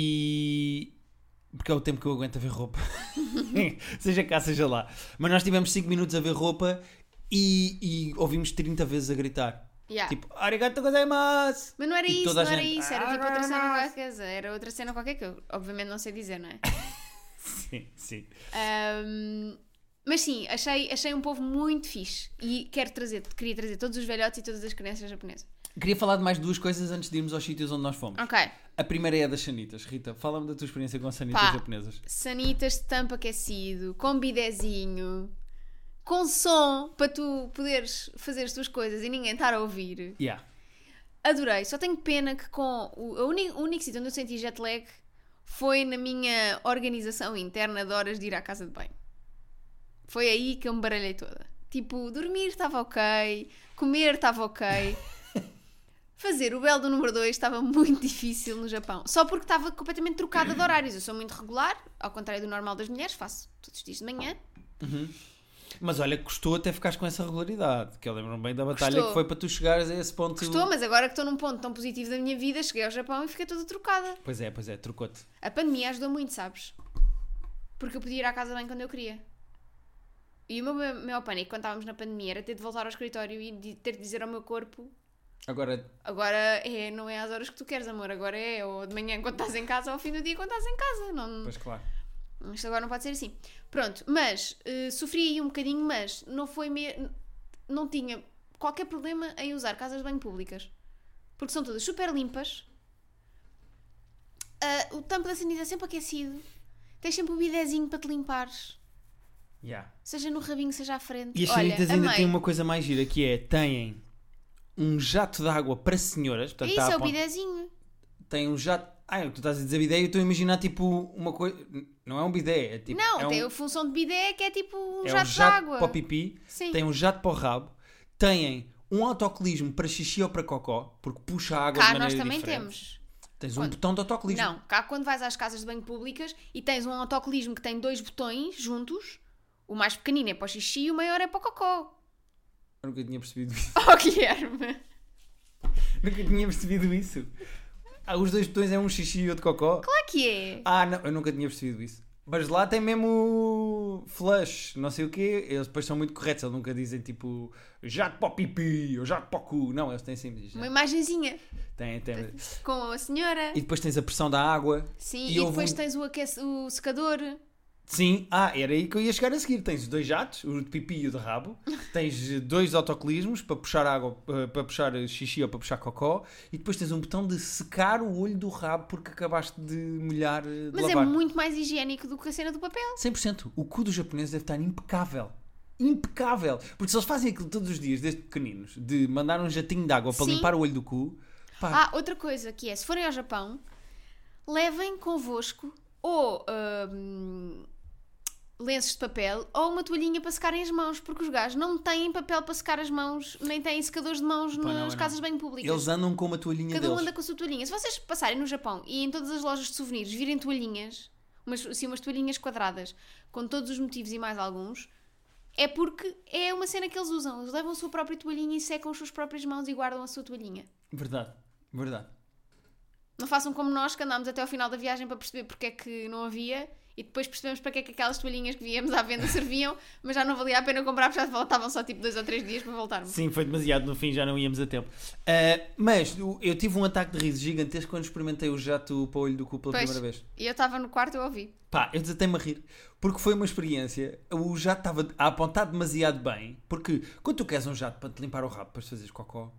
B: e. Porque é o tempo que eu aguento a ver roupa. seja cá, seja lá. Mas nós tivemos 5 minutos a ver roupa e, e ouvimos 30 vezes a gritar.
A: Yeah.
B: Tipo, arigato gozaimasu!
A: Mas não era
B: E
A: isso,
B: toda
A: não
B: a
A: era
B: gente,
A: isso, era
B: "Ah,
A: tipo outra cena
B: não, não."
A: qualquer coisa, era outra cena qualquer que eu obviamente não sei dizer, não é?
B: Sim, sim.
A: Ahm, mas sim, achei, achei um povo muito fixe e quero trazer, queria trazer todos os velhotes e todas as crianças japonesas.
B: Queria falar de mais duas coisas antes de irmos aos sítios onde nós fomos.
A: Ok,
B: A primeira é a das sanitas. Rita, fala-me da tua experiência com as sanitas
A: Pá.
B: japonesas.
A: sanitas de tampo aquecido, com bidézinho, com som para tu poderes fazer as tuas coisas e ninguém estar a ouvir.
B: Yeah.
A: Adorei, só tenho pena que com o, a uni- o único sítio onde eu senti jet lag foi na minha organização interna de horas de ir à casa de banho. Foi aí que eu me baralhei toda. Tipo, dormir estava ok, comer estava ok. Fazer o belo do número 2 estava muito difícil no Japão. Só porque estava completamente trocada de horários. Eu sou muito regular, ao contrário do normal das mulheres, faço todos os dias de manhã.
B: Mas olha, custou até ficares com essa regularidade. Que eu lembro-me bem da batalha
A: Custou.
B: que foi para tu chegares a esse ponto.
A: Estou, mas agora que estou num ponto tão positivo da minha vida, cheguei ao Japão e fiquei toda trocada.
B: Pois é, pois é, trocou-te.
A: A pandemia ajudou muito, sabes? Porque eu podia ir à casa bem quando eu queria. E o meu, meu, pânico quando estávamos na pandemia era ter de voltar ao escritório e de- ter de dizer ao meu corpo:
B: Agora
A: agora é, não é às horas que tu queres, amor, agora é, ou de manhã quando estás em casa, ou ao fim do dia quando estás em casa. Não,
B: Pois claro.
A: isto agora não pode ser assim. Pronto, mas eh, sofri aí um bocadinho, mas não foi me... não tinha qualquer problema em usar casas de banho públicas. Porque são todas super limpas. Ah, o tampo da sanita é sempre aquecido. Tens sempre o bidézinho para te limpares. Seja no rabinho, seja à frente.
B: E as
A: Olha,
B: sanitas ainda
A: amei.
B: têm uma coisa mais gira que é têm um jato de água para senhoras.
A: É
B: Portanto,
A: isso,
B: tá
A: é
B: a
A: o
B: pon-
A: bidézinho.
B: Tem um jato. Ah, tu estás a dizer bidé e eu estou a imaginar tipo uma coisa. Não é um bidé, é tipo.
A: Não,
B: é um,
A: tem a função de bidé que é tipo um
B: é
A: jato,
B: um
A: de água.
B: para o pipi,
A: Sim.
B: tem um jato para o rabo, têm um autocolismo para xixi ou para cocó, porque puxa a água
A: Cá
B: de
A: nós
B: maneira
A: também
B: diferente.
A: temos.
B: Tens um
A: Quando-
B: botão de autocolismo.
A: Não, cá quando vais às casas de banho públicas e tens um autocolismo que tem dois botões juntos, o mais pequenino é para o xixi e o maior é para o cocô.
B: Eu nunca tinha percebido isso.
A: Oh, Guilherme!
B: nunca tinha percebido isso. Ah, os dois botões é um xixi e outro cocó.
A: Claro que é!
B: Ah, não, eu nunca tinha percebido isso. Mas lá tem mesmo flush, não sei o quê. Eles depois são muito corretos, eles nunca dizem tipo jato para o pipi ou jato para o cu. Não, eles têm sempre.
A: Uma
B: jato.
A: imagenzinha
B: Tem, tem.
A: com a senhora.
B: E depois tens a pressão da água.
A: Sim,
B: e
A: e,
B: houve
A: depois
B: um-
A: tens o, aquece, o secador.
B: Sim, ah, era aí que eu ia chegar a seguir. Tens os dois jatos, o de pipi e o de rabo. Tens eh, dois autocolismos para puxar água, eh, para puxar xixi ou para puxar cocó. E depois tens um botão de secar o olho do rabo porque acabaste de molhar, eh, de
A: Mas
B: lavar.
A: é muito mais higiênico do que a cena do papel.
B: 100%. O cu dos japoneses deve estar impecável. Impecável. Porque se eles fazem aquilo todos os dias, desde pequeninos, de mandar um jatinho de água para
A: Sim.
B: limpar o olho do cu, pá,
A: Ah, outra coisa que é, se forem ao Japão, levem convosco ou hum, lenços de papel ou uma toalhinha para secarem as mãos, porque os gajos não têm papel para secar as mãos, nem têm secadores de mãos
B: não,
A: nas
B: não.
A: casas bem públicas.
B: eles andam com uma toalhinha
A: Cada um
B: deles.
A: anda com a sua toalhinha. Se vocês passarem no Japão e em todas as lojas de souvenirs virem toalhinhas, umas, assim, umas toalhinhas quadradas, com todos os motivos e mais alguns, é porque é uma cena que eles usam. Eles levam a sua própria toalhinha e secam as suas próprias mãos e guardam a sua toalhinha.
B: Verdade, verdade.
A: Não façam como nós que andámos até ao final da viagem para perceber porque é que não havia e depois percebemos para que é que aquelas toalhinhas que viemos à venda serviam, mas já não valia a pena comprar porque já faltavam só tipo dois ou três dias para voltarmos.
B: Sim, foi demasiado, no fim já não íamos a tempo. Ah, mas o- eu tive um ataque de riso gigantesco quando experimentei o jato para o olho do cu pela
A: Pois.
B: primeira vez.
A: E eu estava no quarto e eu ouvi.
B: Pá, eu desatei-me a rir, porque foi uma experiência, o jato estava a apontar demasiado bem, porque quando tu queres um jato para te limpar o rabo, para fazeres cocó,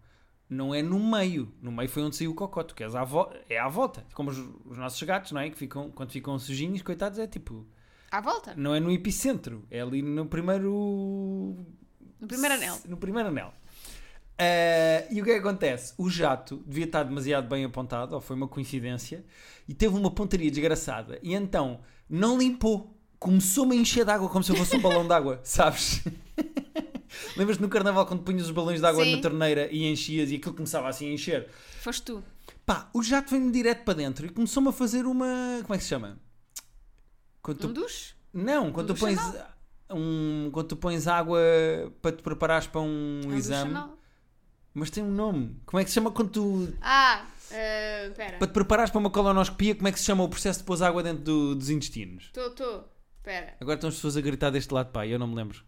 B: não é no meio, no meio foi onde saiu o cocó, tu queres à volta, é à volta, como os, os nossos gatos, não é, que ficam, quando ficam sujinhos, coitados, é tipo,
A: À volta,
B: não é no epicentro, é ali no primeiro
A: no primeiro anel.
B: no primeiro anel. Ah, e o que é que acontece? O jato devia estar demasiado bem apontado, ou foi uma coincidência, e teve uma pontaria desgraçada. E então não limpou. Começou-me a encher de água como se eu fosse um balão de água, sabes? Lembras-te no carnaval quando punhas os balões de água
A: Sim.
B: na torneira e enchias e aquilo começava assim a encher?
A: Foste tu.
B: Pá, o jato veio-me direto para dentro e começou-me a fazer uma. Como é que se chama? Quando tu-
A: Um duche?
B: Não, quando tu
A: ducha
B: pões. Um, quando tu pões água para te preparares para
A: Um
B: um,
A: duche
B: exame.
A: anal?
B: Mas tem um nome. Como é que se chama quando tu.
A: Ah, ah, pera.
B: Para te preparares para uma colonoscopia, como é que se chama o processo de pôr água dentro do- dos intestinos?
A: Estou, estou. Pera.
B: Agora estão as pessoas a gritar deste lado, pá, eu não me lembro.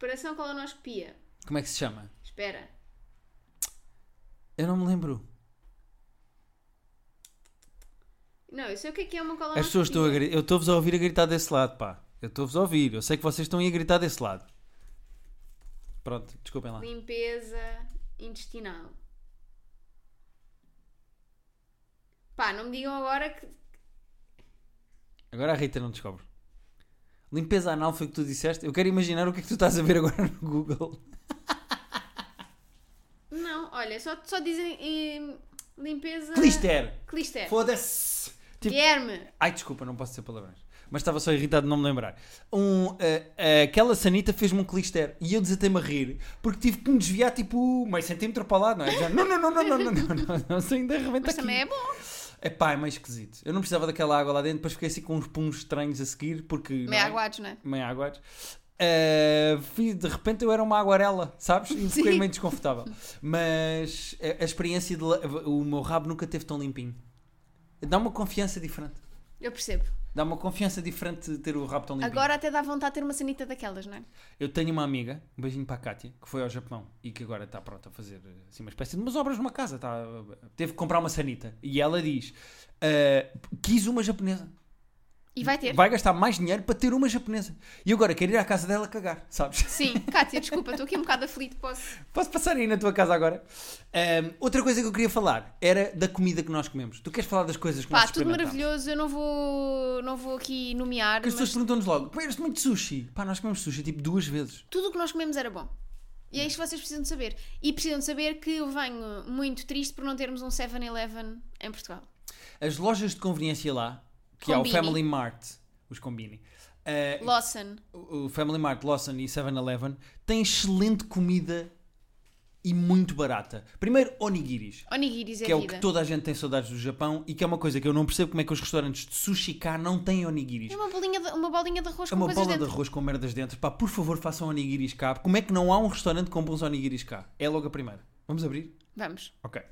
A: Preparação colonoscopia.
B: Como é que se chama?
A: Espera.
B: Eu não me lembro.
A: Não, eu sei o que é que é uma colonoscopia.
B: As pessoas estão a gritar. Eu estou-vos a ouvir a gritar desse lado, pá. Eu estou-vos a ouvir. Eu sei que vocês estão aí a gritar desse lado. Pronto, desculpem lá.
A: Limpeza intestinal. Pá, não me digam agora que.
B: Agora a Rita não descobre. Limpeza anal foi o que tu disseste? Eu quero imaginar o que é que tu estás a ver agora no Google.
A: Não, olha, só, só dizem eh, limpeza.
B: Clister!
A: Clister.
B: Foda-se!
A: é?
B: Tipo,
A: Guilherme.
B: Ai, desculpa, não posso dizer palavrões. Mas estava só irritado de não me lembrar. Um, eh, eh, aquela sanita fez-me um clister e eu desatei-me a rir porque tive que me desviar tipo meio centímetro para lá, não é? Já, não, não, não, não, não, não, não, não, não, isso ainda arrebenta
A: Mas
B: aqui.
A: também é bom.
B: É pá, é meio esquisito. Eu não precisava daquela água lá dentro, depois fiquei assim com uns punhos estranhos a seguir porque. não
A: Meio
B: é?
A: aguados, não é?
B: Meio aguados. Eh, fui- de repente eu era uma aguarela, sabes? E fiquei
A: Sim.
B: meio desconfortável. Mas a, a experiência de. la- O meu rabo nunca teve tão limpinho. Dá uma confiança diferente.
A: Eu percebo.
B: Dá uma confiança diferente de ter o rabo tão limpinho.
A: Agora até dá vontade de ter uma sanita daquelas, não é?
B: Eu tenho uma amiga, um beijinho para a Kátia, que foi ao Japão e que agora está pronta a fazer assim, uma espécie de umas obras numa casa. Está, teve que comprar uma sanita. E ela diz, "Ah, quis uma japonesa.
A: E vai ter.
B: Vai gastar mais dinheiro para ter uma japonesa. E agora quer ir à casa dela cagar, sabes?
A: Sim, Kátia, desculpa, estou aqui um bocado aflito, posso?
B: Posso passar aí na tua casa agora? Ahm, outra coisa que eu queria falar era da comida que nós comemos. Tu queres falar das coisas que
A: Pá,
B: nós
A: tudo
B: experimentamos?
A: maravilhoso, eu não vou, não vou aqui nomear,
B: Porque
A: mas
B: as pessoas perguntam-nos logo, pá, eras muito sushi. Pá, nós comemos sushi tipo duas vezes.
A: tudo o que nós comemos era bom. E é isto que vocês precisam de saber. E precisam de saber que eu venho muito triste por não termos um 7-Eleven em Portugal.
B: As lojas de conveniência lá, que
A: Combini.
B: é o Family Mart, os combini, eh,
A: Lawson,
B: o o Family Mart, Lawson e 7-Eleven, têm excelente comida e muito barata. Primeiro, onigiris,
A: onigiris é,
B: que é o
A: vida.
B: que toda a gente tem saudades do Japão e que é uma coisa que eu não percebo como é que os restaurantes de sushi cá não têm onigiris.
A: É uma bolinha de, uma bolinha de arroz
B: É
A: com
B: uma
A: coisas
B: bola de
A: dentro.
B: arroz com merdas dentro. Pá, por favor, façam onigiris cá. Como é que não há um restaurante com bons onigiris cá? É logo a primeira. Vamos abrir?
A: Vamos.
B: Ok.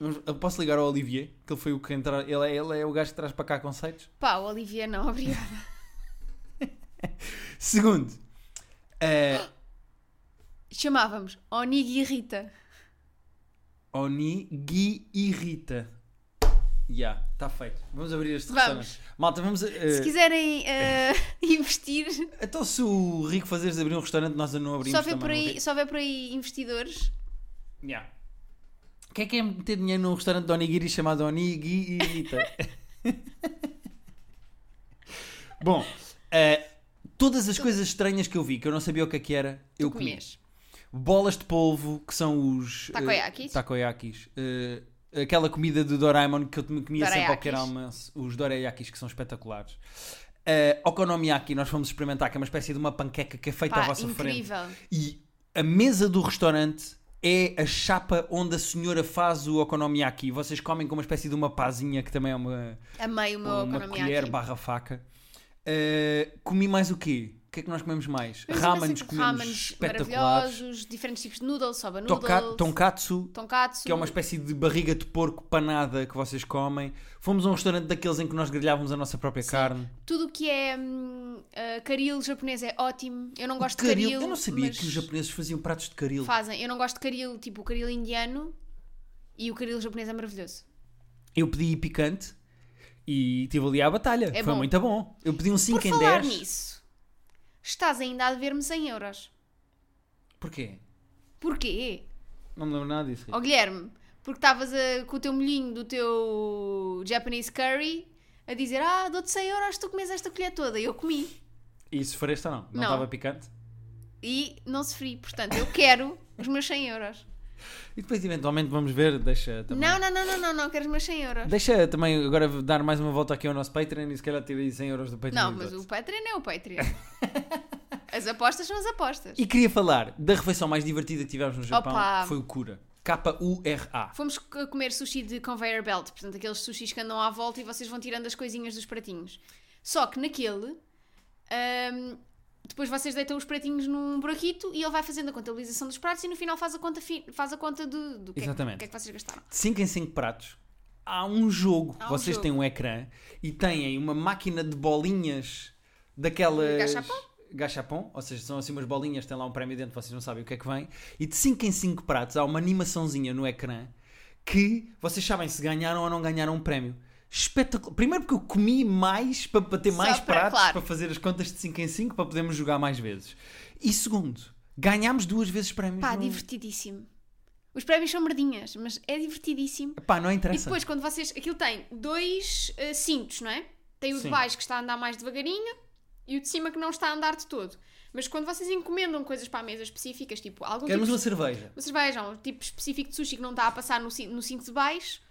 B: Vamos- eu Posso ligar ao Olivier? Que ele foi o que entra... ele, é, ele é o gajo que traz para cá conceitos.
A: Pá, o Olivia não, obrigada.
B: Segundo, eh,
A: Chamávamos Onigirita.
B: Onigi irrita. Já, está tá feito. Vamos abrir este
A: Vamos.
B: restaurante. Malta, vamos. eh,
A: Se quiserem eh, investir,
B: Então, se o Rico Fazeres abrir um restaurante, nós não abrimos
A: só houver,
B: também.
A: por
B: não
A: aí, só houver por aí investidores,
B: é? Ya. Quem é que é meter dinheiro num restaurante de onigiri chamado Onigi irrita? Bom, eh, todas as coisas estranhas que eu vi, que eu não sabia o que é que era, eu
A: tu
B: comi.
A: comias.
B: bolas de polvo, que são os eh,
A: Takoyakis.
B: takoyakis. Eh, aquela comida do Doraemon que eu te- comia sempre ao
A: Dorayakis.
B: que era almoço, os dorayakis que são espetaculares. Eh, okonomiyaki, nós fomos experimentar, que é uma espécie de uma panqueca que é feita à
A: Pá,
B: vossa frente.
A: incrível.
B: E a mesa do restaurante é a chapa onde a senhora faz o okonomiyaki. Vocês comem com uma espécie de uma pazinha, que também é uma,
A: Amei o meu
B: uma colher
A: Okonomiyaki.
B: barra faca. Eh, comi mais o quê? O que é que nós comemos mais?
A: Mas
B: Ramens,
A: imensa-
B: comemos
A: ramens
B: espetaculares.
A: maravilhosos, diferentes tipos de noodles, soba noodles, Hum.
B: Toka- tonkatsu,
A: tonkatsu.
B: que é uma espécie de barriga de porco panada que vocês comem. Fomos a um restaurante daqueles em que nós grelhávamos a nossa própria carne.
A: Tudo o que é hum, ah, caril japonês é ótimo. Eu não gosto de caril.
B: eu não sabia
A: mas
B: que os japoneses faziam pratos de caril.
A: Fazem. Eu não gosto de caril, tipo o caril indiano e o caril japonês é maravilhoso.
B: Eu pedi picante e tive ali à batalha.
A: É
B: Foi
A: bom.
B: muito bom. Eu pedi um 5
A: Por
B: em
A: falar
B: 10.
A: nisso, estás ainda a dever-me 100 euros.
B: Porquê?
A: Porquê?
B: Não me lembro nada disso.
A: Ó Guilherme, porque estavas a- com o teu molhinho do teu Japanese curry a dizer ah, dou-te 100 euros, tu comes esta colher toda. E eu comi.
B: E se for esta não? Não
A: Não.
B: estava picante?
A: e não sofri. Portanto, eu quero Os meus 100 euros.
B: E depois, eventualmente, vamos ver. Deixa também.
A: Não, não, não, não, não, não, quero os meus 100 euros.
B: Deixa também agora dar mais uma volta aqui ao nosso Patreon e se calhar tirei 100 euros do Patreon.
A: Não,
B: e
A: mas
B: dou-te.
A: o Patreon é o Patreon. As apostas são as apostas.
B: E queria falar da refeição mais divertida que tivemos no Japão,
A: Opa.
B: que foi o Kura. K-U-R-A.
A: Fomos c- comer sushi de conveyor belt, portanto, aqueles sushis que andam à volta e vocês vão tirando as coisinhas dos pratinhos. Só que naquele, ahm, depois vocês deitam os pratinhos num buraquito e ele vai fazendo a contabilização dos pratos e no final faz a conta, fi- faz a conta do, do que, é que,
B: Exatamente.
A: que é que vocês gastaram.
B: De 5 em 5 pratos. Há um jogo.
A: Há um
B: Vocês
A: jogo.
B: têm um ecrã e têm uma máquina de bolinhas daquelas.
A: Gachapon?
B: Gachapon, ou seja, são assim umas bolinhas, tem lá um prémio dentro, vocês não sabem o que é que vem. E de 5 em 5 pratos há uma animaçãozinha no ecrã que vocês sabem se ganharam ou não ganharam um prémio. Espetacular. Primeiro porque eu comi mais para, para ter
A: Só
B: mais
A: para-
B: pratos,
A: claro.
B: para fazer as contas de 5 em 5, para podermos jogar mais vezes. E segundo, ganhámos duas vezes prémios.
A: Pá,
B: no-
A: divertidíssimo. Os prémios são merdinhas, mas é divertidíssimo.
B: Pá, não
A: E
B: interessa.
A: depois, quando vocês. Aquilo tem dois eh, cintos, não é? Tem o
B: Sim.
A: de baixo que está a andar mais devagarinho e o de cima que não está a andar de todo. Mas quando vocês encomendam coisas para a mesa específicas, tipo algum tipo
B: Queremos
A: de
B: uma cerveja.
A: Vocês vejam, o tipo específico de sushi que não está a passar no, cin- no cinto de baixo,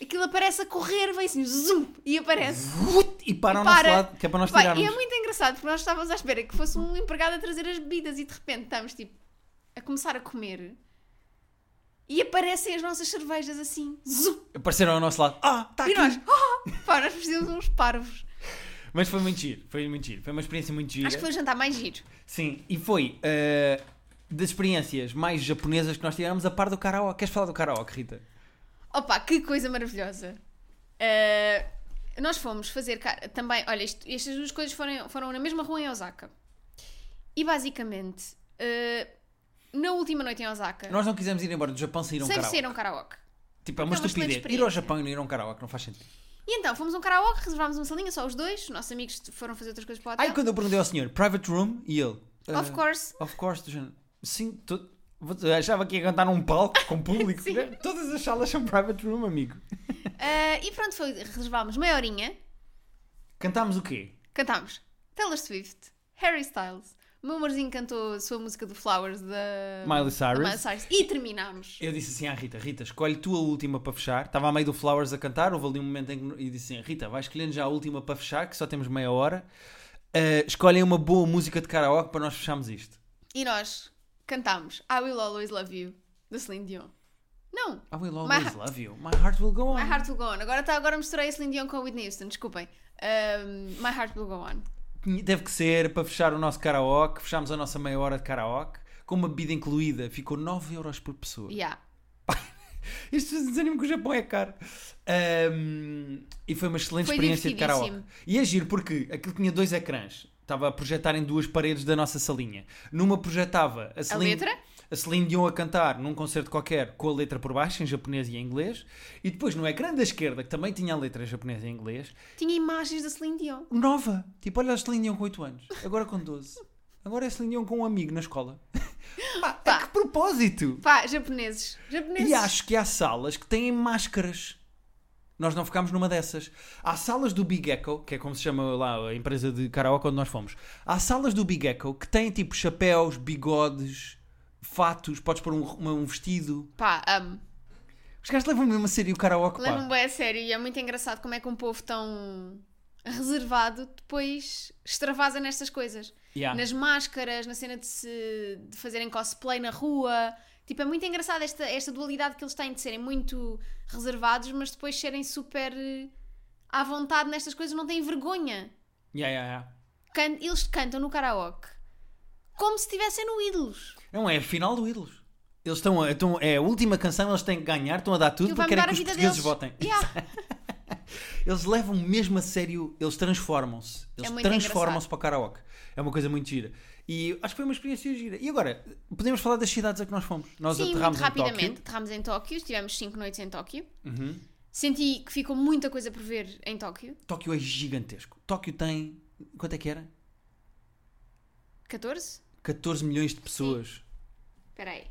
A: aquilo aparece a correr, vem assim, zoom, e aparece.
B: Vut, e para ao
A: E
B: nosso
A: para.
B: lado, que é para nós
A: Pá,
B: tirarmos.
A: e é muito engraçado, porque nós estávamos à espera que fosse um empregado a trazer as bebidas e de repente estamos, tipo, a começar a comer e aparecem as nossas cervejas assim, zoom,
B: Apareceram ao nosso lado. Ah, está
A: e
B: aqui.
A: nós, oh, pá, nós precisamos de uns parvos.
B: Mas foi muito giro, foi muito giro. Foi uma experiência muito gira.
A: Acho que foi o jantar mais giro.
B: Sim, e foi eh, das experiências mais japonesas que nós tivemos, a par do karaoke. Queres falar do karaoke, Rita?
A: Opa, que coisa maravilhosa! Eh, nós fomos fazer ca- também. Olha, isto- estas duas coisas foram, foram na mesma rua em Osaka. E basicamente, eh, na última noite em Osaka,
B: Nós não quisemos ir embora do Japão sem ir a um
A: sem
B: karaoke.
A: ser um karaoke.
B: Tipo, é uma
A: Porque é uma excelente
B: estupidez. Ir ao
A: experiência.
B: Japão e não ir a um karaoke, não faz sentido.
A: E então fomos a um karaoke, reservámos uma salinha, só os dois. Os nossos amigos foram fazer outras coisas para o hotel.
B: Aí quando eu perguntei ao senhor, private room, e ele. eh,
A: Of course,
B: Of course, do género. Sim, to- vou- eu achava que ia cantar num palco com público.
A: Sim.
B: né? Todas as salas são private room, amigo.
A: Eh, e pronto, foi, reservámos meia horinha,
B: Cantámos o quê?
A: cantámos Taylor Swift, Harry Styles. O meu amorzinho cantou a sua música do Flowers da
B: Miley
A: da
B: Cyrus.
A: Eh, Miley Cyrus. E terminámos.
B: Eu disse assim à Rita, Rita, escolhe tu a última para fechar. Estava a meio do Flowers a cantar, houve ali um momento em que... E disse assim, Rita, vai escolhendo já a última para fechar, que só temos meia hora. Eh, escolhem uma boa música de karaoke para nós fecharmos isto.
A: E nós cantámos I Will Always Love You, da Celine Dion. Não,
B: I will
A: My
B: always
A: heart-
B: love you. My heart will go on.
A: My Heart Will Go On. Agora, tá, agora misturei a Celine Dion com a Whitney Houston, desculpem. Um, My Heart Will Go On.
B: Deve que ser para fechar o nosso karaoke. Fechámos a nossa meia hora de karaoke. Com uma bebida incluída. Ficou 9 euros por pessoa.
A: Yeah.
B: Isto desanimo que o Japão é caro. Ahm, e foi uma excelente
A: Foi
B: experiência de karaoke.
A: divertidíssimo.
B: E é giro porque aquilo tinha dois ecrãs. Estava a projetar em duas paredes da nossa salinha. Numa projetava a, Celine,
A: letra?
B: a Celine Dion a cantar num concerto qualquer com a letra por baixo, em japonês e em inglês. E depois no ecrã da esquerda, que também tinha a letra em japonês e em inglês,
A: Tinha imagens da Celine Dion.
B: nova. Tipo, olha a Celine Dion com 8 anos, agora com 12. Agora é a Celine Dion com um amigo na escola. Pá,
A: Pá.
B: A que propósito?
A: Pá, japoneses. Japoneses.
B: E acho que há salas que têm máscaras. Nós não ficámos numa dessas. Há salas do Big Echo, que é como se chama lá a empresa de karaoke onde nós fomos. Há salas do Big Echo que têm tipo chapéus, bigodes, fatos, podes pôr um, uma- um vestido.
A: Pá, amo.
B: Os caras levam mesmo a sério o karaoke,
A: Levam-me
B: pá.
A: bem a sério e é muito engraçado como é que um povo tão reservado depois extravasa nestas coisas.
B: Yeah.
A: nas máscaras, na cena de, se, de fazerem cosplay na rua. Tipo, é muito engraçado esta, esta dualidade que eles têm de serem muito reservados, mas depois serem super eh, à vontade nestas coisas, não têm vergonha.
B: Yeah, yeah, yeah.
A: Can- eles cantam no karaoke como se estivessem no Ídolos.
B: Não, é a final do Ídolos. Eles estão, a- estão. É a última canção, eles têm que ganhar, estão a dar tudo
A: Aquilo vai
B: porque querem
A: mudar
B: que
A: a
B: os
A: vida
B: portugueses
A: deles.
B: votem.
A: Yeah.
B: Eles levam mesmo a sério, eles transformam-se. Eles
A: É muito
B: transformam-se para o karaoke. É uma coisa muito gira. E acho que foi uma experiência gira. E agora, podemos falar das cidades a que nós fomos. Nós
A: Sim, muito
B: aterramos em Tóquio.
A: rapidamente. Aterramos em Tóquio, estivemos 5 noites em Tóquio.
B: Uhum.
A: Senti que ficou muita coisa por ver em Tóquio.
B: Tóquio é gigantesco. Tóquio tem. Quanto é que era?
A: 14?
B: 14 milhões de pessoas.
A: Espera aí.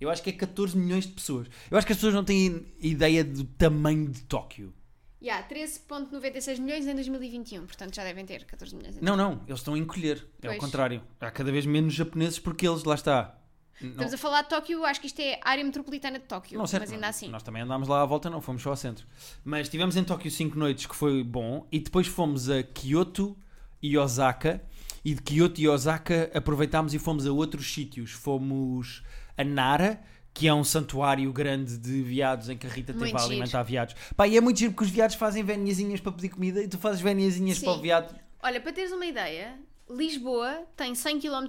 B: Eu acho que é 14 milhões de pessoas. Eu acho que as pessoas não têm ideia do tamanho de Tóquio.
A: Ya, 13.96 milhões em 2021, portanto já devem ter 14 milhões em
B: Não, não, eles estão a encolher. É o
A: Pois.
B: contrário. Há cada vez menos japoneses porque eles, lá está, Não,
A: um. Estamos a falar de Tóquio, acho que isto é área metropolitana de Tóquio,
B: não, certo,
A: mas ainda assim.
B: Nós também andámos lá à volta, não, fomos só ao centro. Mas estivemos em Tóquio 5 noites, que foi bom, e depois fomos a Kyoto e Osaka, e de Kyoto e Osaka aproveitámos e fomos a outros sítios. Fomos a Nara, que é um santuário grande de viados, em que a Rita
A: Muito
B: teve a
A: giro.
B: alimentar viados. Pá, e é muito giro porque os viados fazem veniazinhas para pedir comida e tu fazes veniazinhas
A: Sim.
B: para o viado.
A: Olha, para teres uma ideia, Lisboa tem 100 km,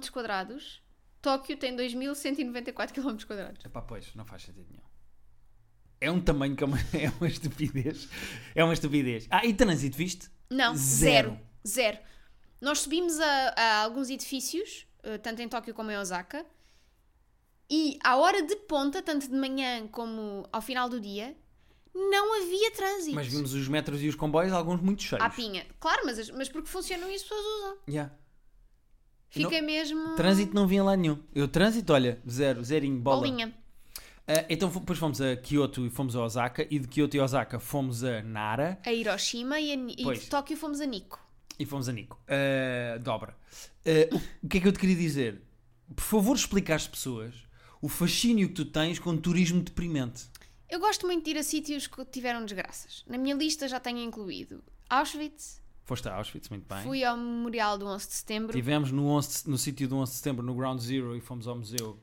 A: Tóquio tem 2194 km.
B: Epá, pois, não faz sentido nenhum. É um tamanho que é uma, é uma estupidez. É uma estupidez. Ah, e trânsito, viste?
A: Não,
B: Zero.
A: zero. Zero. Nós subimos a, a alguns edifícios, eh, tanto em Tóquio como em Osaka, e à hora de ponta, tanto de manhã como ao final do dia, não havia trânsito.
B: Mas vimos os metros e os comboios, alguns muito cheios.
A: À pinha. Claro, mas, as- mas porque funcionam e as pessoas usam.
B: Yeah.
A: Fica mesmo.
B: Trânsito não vinha lá nenhum. Eu trânsito, olha, zero, zerinho, bola.
A: Bolinha.
B: Ah, então fo- depois fomos a Kyoto e fomos a Osaka e de Kyoto e Osaka fomos a Nara
A: A Hiroshima e, a, Ni- e
B: Pois.
A: de Tóquio fomos a Nico.
B: e fomos a Nico. Ah, dobra. Ah, o, o que é que eu te queria dizer? Por favor, explica às pessoas o fascínio que tu tens com turismo deprimente.
A: Eu gosto muito de ir a sítios que tiveram desgraças. Na minha lista já tenho incluído Auschwitz,
B: Foste a Auschwitz, muito bem.
A: fui ao Memorial do 11 de Setembro,
B: Tivemos no, 11 de- no sítio do 11 de setembro, no Ground Zero, e fomos ao museu.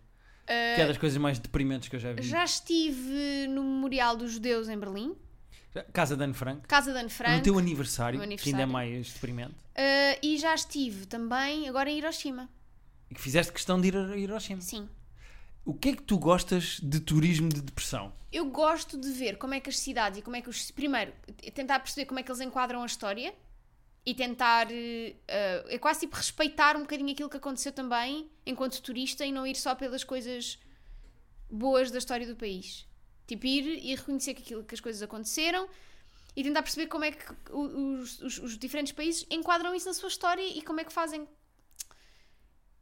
B: Que é das coisas mais deprimentes que eu já vi.
A: Ah, já estive no Memorial dos Judeus em Berlim,
B: Já- Casa de Anne Frank.
A: Casa de Anne Frank,
B: no teu aniversário,
A: no meu
B: que ainda é
A: aniversário.
B: mais deprimente.
A: eh, e já estive também agora em Hiroshima.
B: E que fizeste questão de ir a Hiroshima.
A: Sim.
B: O que é que tu gostas de turismo de depressão?
A: Eu gosto de ver como é que as cidades e como é que os. Primeiro, t- tentar perceber como é que eles enquadram a história e tentar. eh, eh, é quase tipo respeitar um bocadinho aquilo que aconteceu também enquanto turista e não ir só pelas coisas boas da história do país. Tipo, ir e reconhecer que, aquilo, que as coisas aconteceram e tentar perceber como é que o- os, os- os diferentes países enquadram isso na sua história e como é que fazem.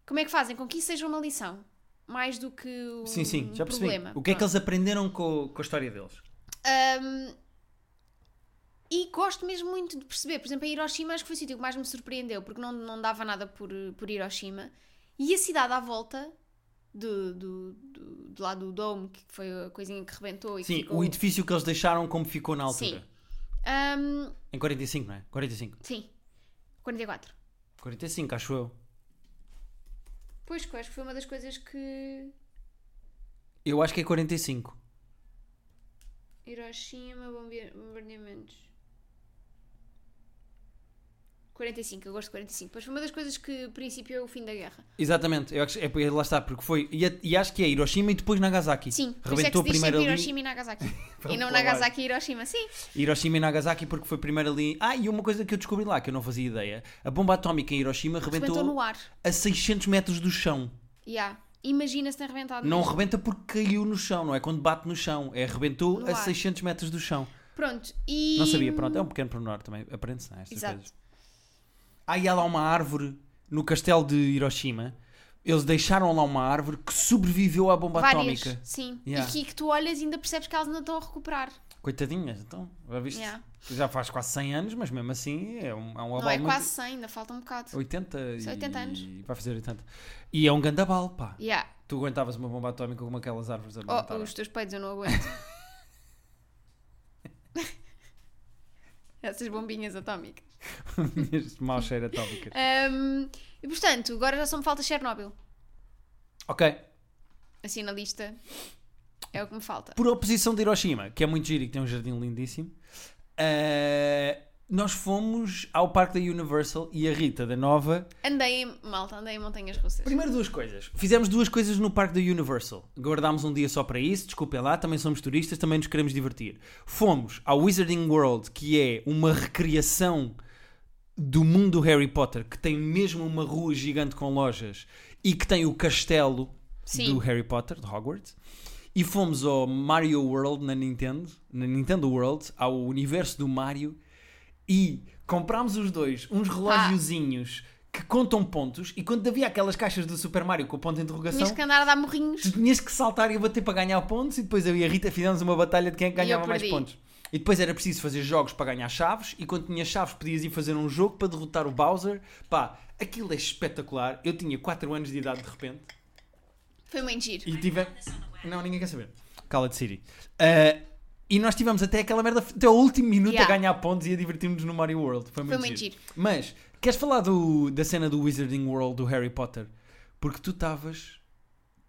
A: Como é que fazem com que isso seja uma lição? Mais do que um
B: Sim, sim, já percebi.
A: problema.
B: O que é que
A: Pronto.
B: eles aprenderam com, com a história deles?
A: Um, e gosto mesmo muito de perceber, por exemplo, a Hiroshima acho que foi o sítio que mais me surpreendeu, porque não, não dava nada por, por Hiroshima. E a cidade à volta, do, do, do, do lado do Dome, que foi a coisinha que rebentou e que
B: Sim,
A: ficou...
B: o edifício que eles deixaram como ficou na altura.
A: Sim. Um,
B: Em 45, não é? 45.
A: sim, 44.
B: 45, acho eu.
A: Pois, que eu acho que foi uma das coisas que...
B: Eu acho que é 45.
A: Hiroshima, bombe- bombardeamentos... 45, eu gosto de 45. Pois foi uma das coisas que principiou o fim da guerra.
B: Exatamente, eu acho, é, é- lá está, porque foi. E, a- e acho que é Hiroshima e depois Nagasaki.
A: Sim, por isso é que
B: rebentou
A: se diz
B: primeiro
A: sempre
B: ali.
A: Hiroshima e Nagasaki. e não
B: Vamos lá.
A: Nagasaki e Hiroshima, sim.
B: Hiroshima e Nagasaki porque foi primeiro ali. Ah, e uma coisa que eu descobri lá que eu não fazia ideia: a bomba atómica em Hiroshima rebentou,
A: Rebentou no ar.
B: a 600 metros do chão.
A: Yeah. Imagina se tem rebentado.
B: Não
A: mesmo.
B: rebenta porque caiu no chão, não é quando bate no chão, é rebentou
A: No
B: a
A: ar.
B: 600 metros do chão.
A: Pronto, e.
B: Não sabia, pronto, é um pequeno pormenor também, aprende-se, não é? Estas
A: Exato.
B: coisas. Ah, e há lá uma árvore no castelo de Hiroshima. Eles deixaram lá uma árvore que sobreviveu à bomba
A: Várias.
B: atómica.
A: Sim.
B: Yeah.
A: E que, que tu olhas e ainda percebes que elas não estão a recuperar.
B: Coitadinhas, então, já viste?
A: Yeah.
B: Já faz quase 100 anos, mas mesmo assim é um, é um
A: não
B: abalo
A: é
B: muito-
A: quase 100, ainda falta um bocado.
B: 80
A: São 80
B: e...
A: anos.
B: Vai fazer 80. E é um gandabal, pá.
A: Yeah.
B: Tu aguentavas uma bomba atómica como aquelas árvores a
A: Oh,
B: levantarem.
A: os teus peitos eu não aguento. Essas bombinhas atómicas.
B: Este mau cheiro atómica.
A: Ahm, e portanto, agora já só me falta Chernobyl.
B: ok.
A: Assim na lista. É o que me falta.
B: Por oposição de Hiroshima, que é muito giro e que tem um jardim lindíssimo, eh, nós fomos ao parque da Universal e a Rita da Nova.
A: Andei em malta, andei em montanhas russas.
B: Primeiro duas coisas. Fizemos duas coisas no parque da Universal. Guardámos um dia só para isso, desculpem lá, também somos turistas, também nos queremos divertir. Fomos ao Wizarding World, que é uma recriação do mundo Harry Potter, que tem mesmo uma rua gigante com lojas e que tem o castelo
A: Sim.
B: do Harry Potter, de Hogwarts. E fomos ao Mario World na Nintendo, na Nintendo World, ao universo do Mario e comprámos os dois uns relógiozinhos que contam pontos e quando havia aquelas caixas do Super Mario com o ponto de interrogação,
A: Tinhas que andar a dar morrinhos.
B: tu tinhas que saltar e bater para ganhar pontos e depois eu e a Rita fizemos uma batalha de quem é que
A: E eu
B: ganhava mais
A: perdi.
B: pontos. E depois era preciso fazer jogos para ganhar chaves e quando tinha chaves podias ir fazer um jogo para derrotar o Bowser. Pá, aquilo é espetacular. Eu tinha 4 anos de idade de repente.
A: Foi muito giro.
B: E tive... Não, ninguém quer saber. Cala-te, Siri. Ah, e nós tivemos até aquela merda, até o último minuto
A: Yeah.
B: a ganhar pontos e a divertirmos no Mario World. Foi muito,
A: Foi muito giro.
B: Mas, queres falar do- da cena do Wizarding World do Harry Potter? Porque tu estavas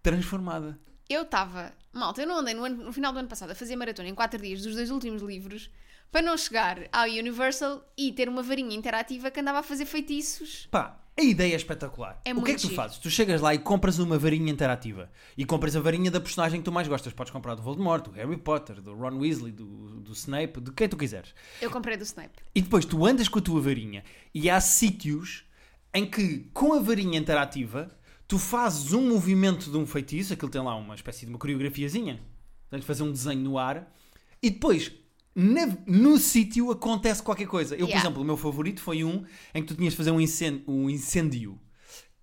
B: transformada.
A: Eu estava. Malta, eu não andei no, ano- no final do ano passado a fazer maratona em 4 dias dos dois últimos livros para não chegar ao Universal e ter uma varinha interativa que andava a fazer feitiços.
B: Pá, a ideia é espetacular.
A: É
B: o que é
A: muito
B: que tu
A: giro.
B: fazes? Tu chegas lá e compras uma varinha interativa. E compras a varinha da personagem que tu mais gostas. Podes comprar do Voldemort, do Harry Potter, do Ron Weasley, do, do Snape, de quem tu quiseres.
A: Eu comprei do Snape.
B: E depois tu andas com a tua varinha e há sítios em que, com a varinha interativa, tu fazes um movimento de um feitiço, aquilo tem lá uma espécie de uma coreografiazinha, tens de fazer um desenho no ar, e depois na- no sítio acontece qualquer coisa. Eu, por
A: Yeah.
B: exemplo, o meu favorito foi um em que tu tinhas de fazer um incêndio, um incêndio.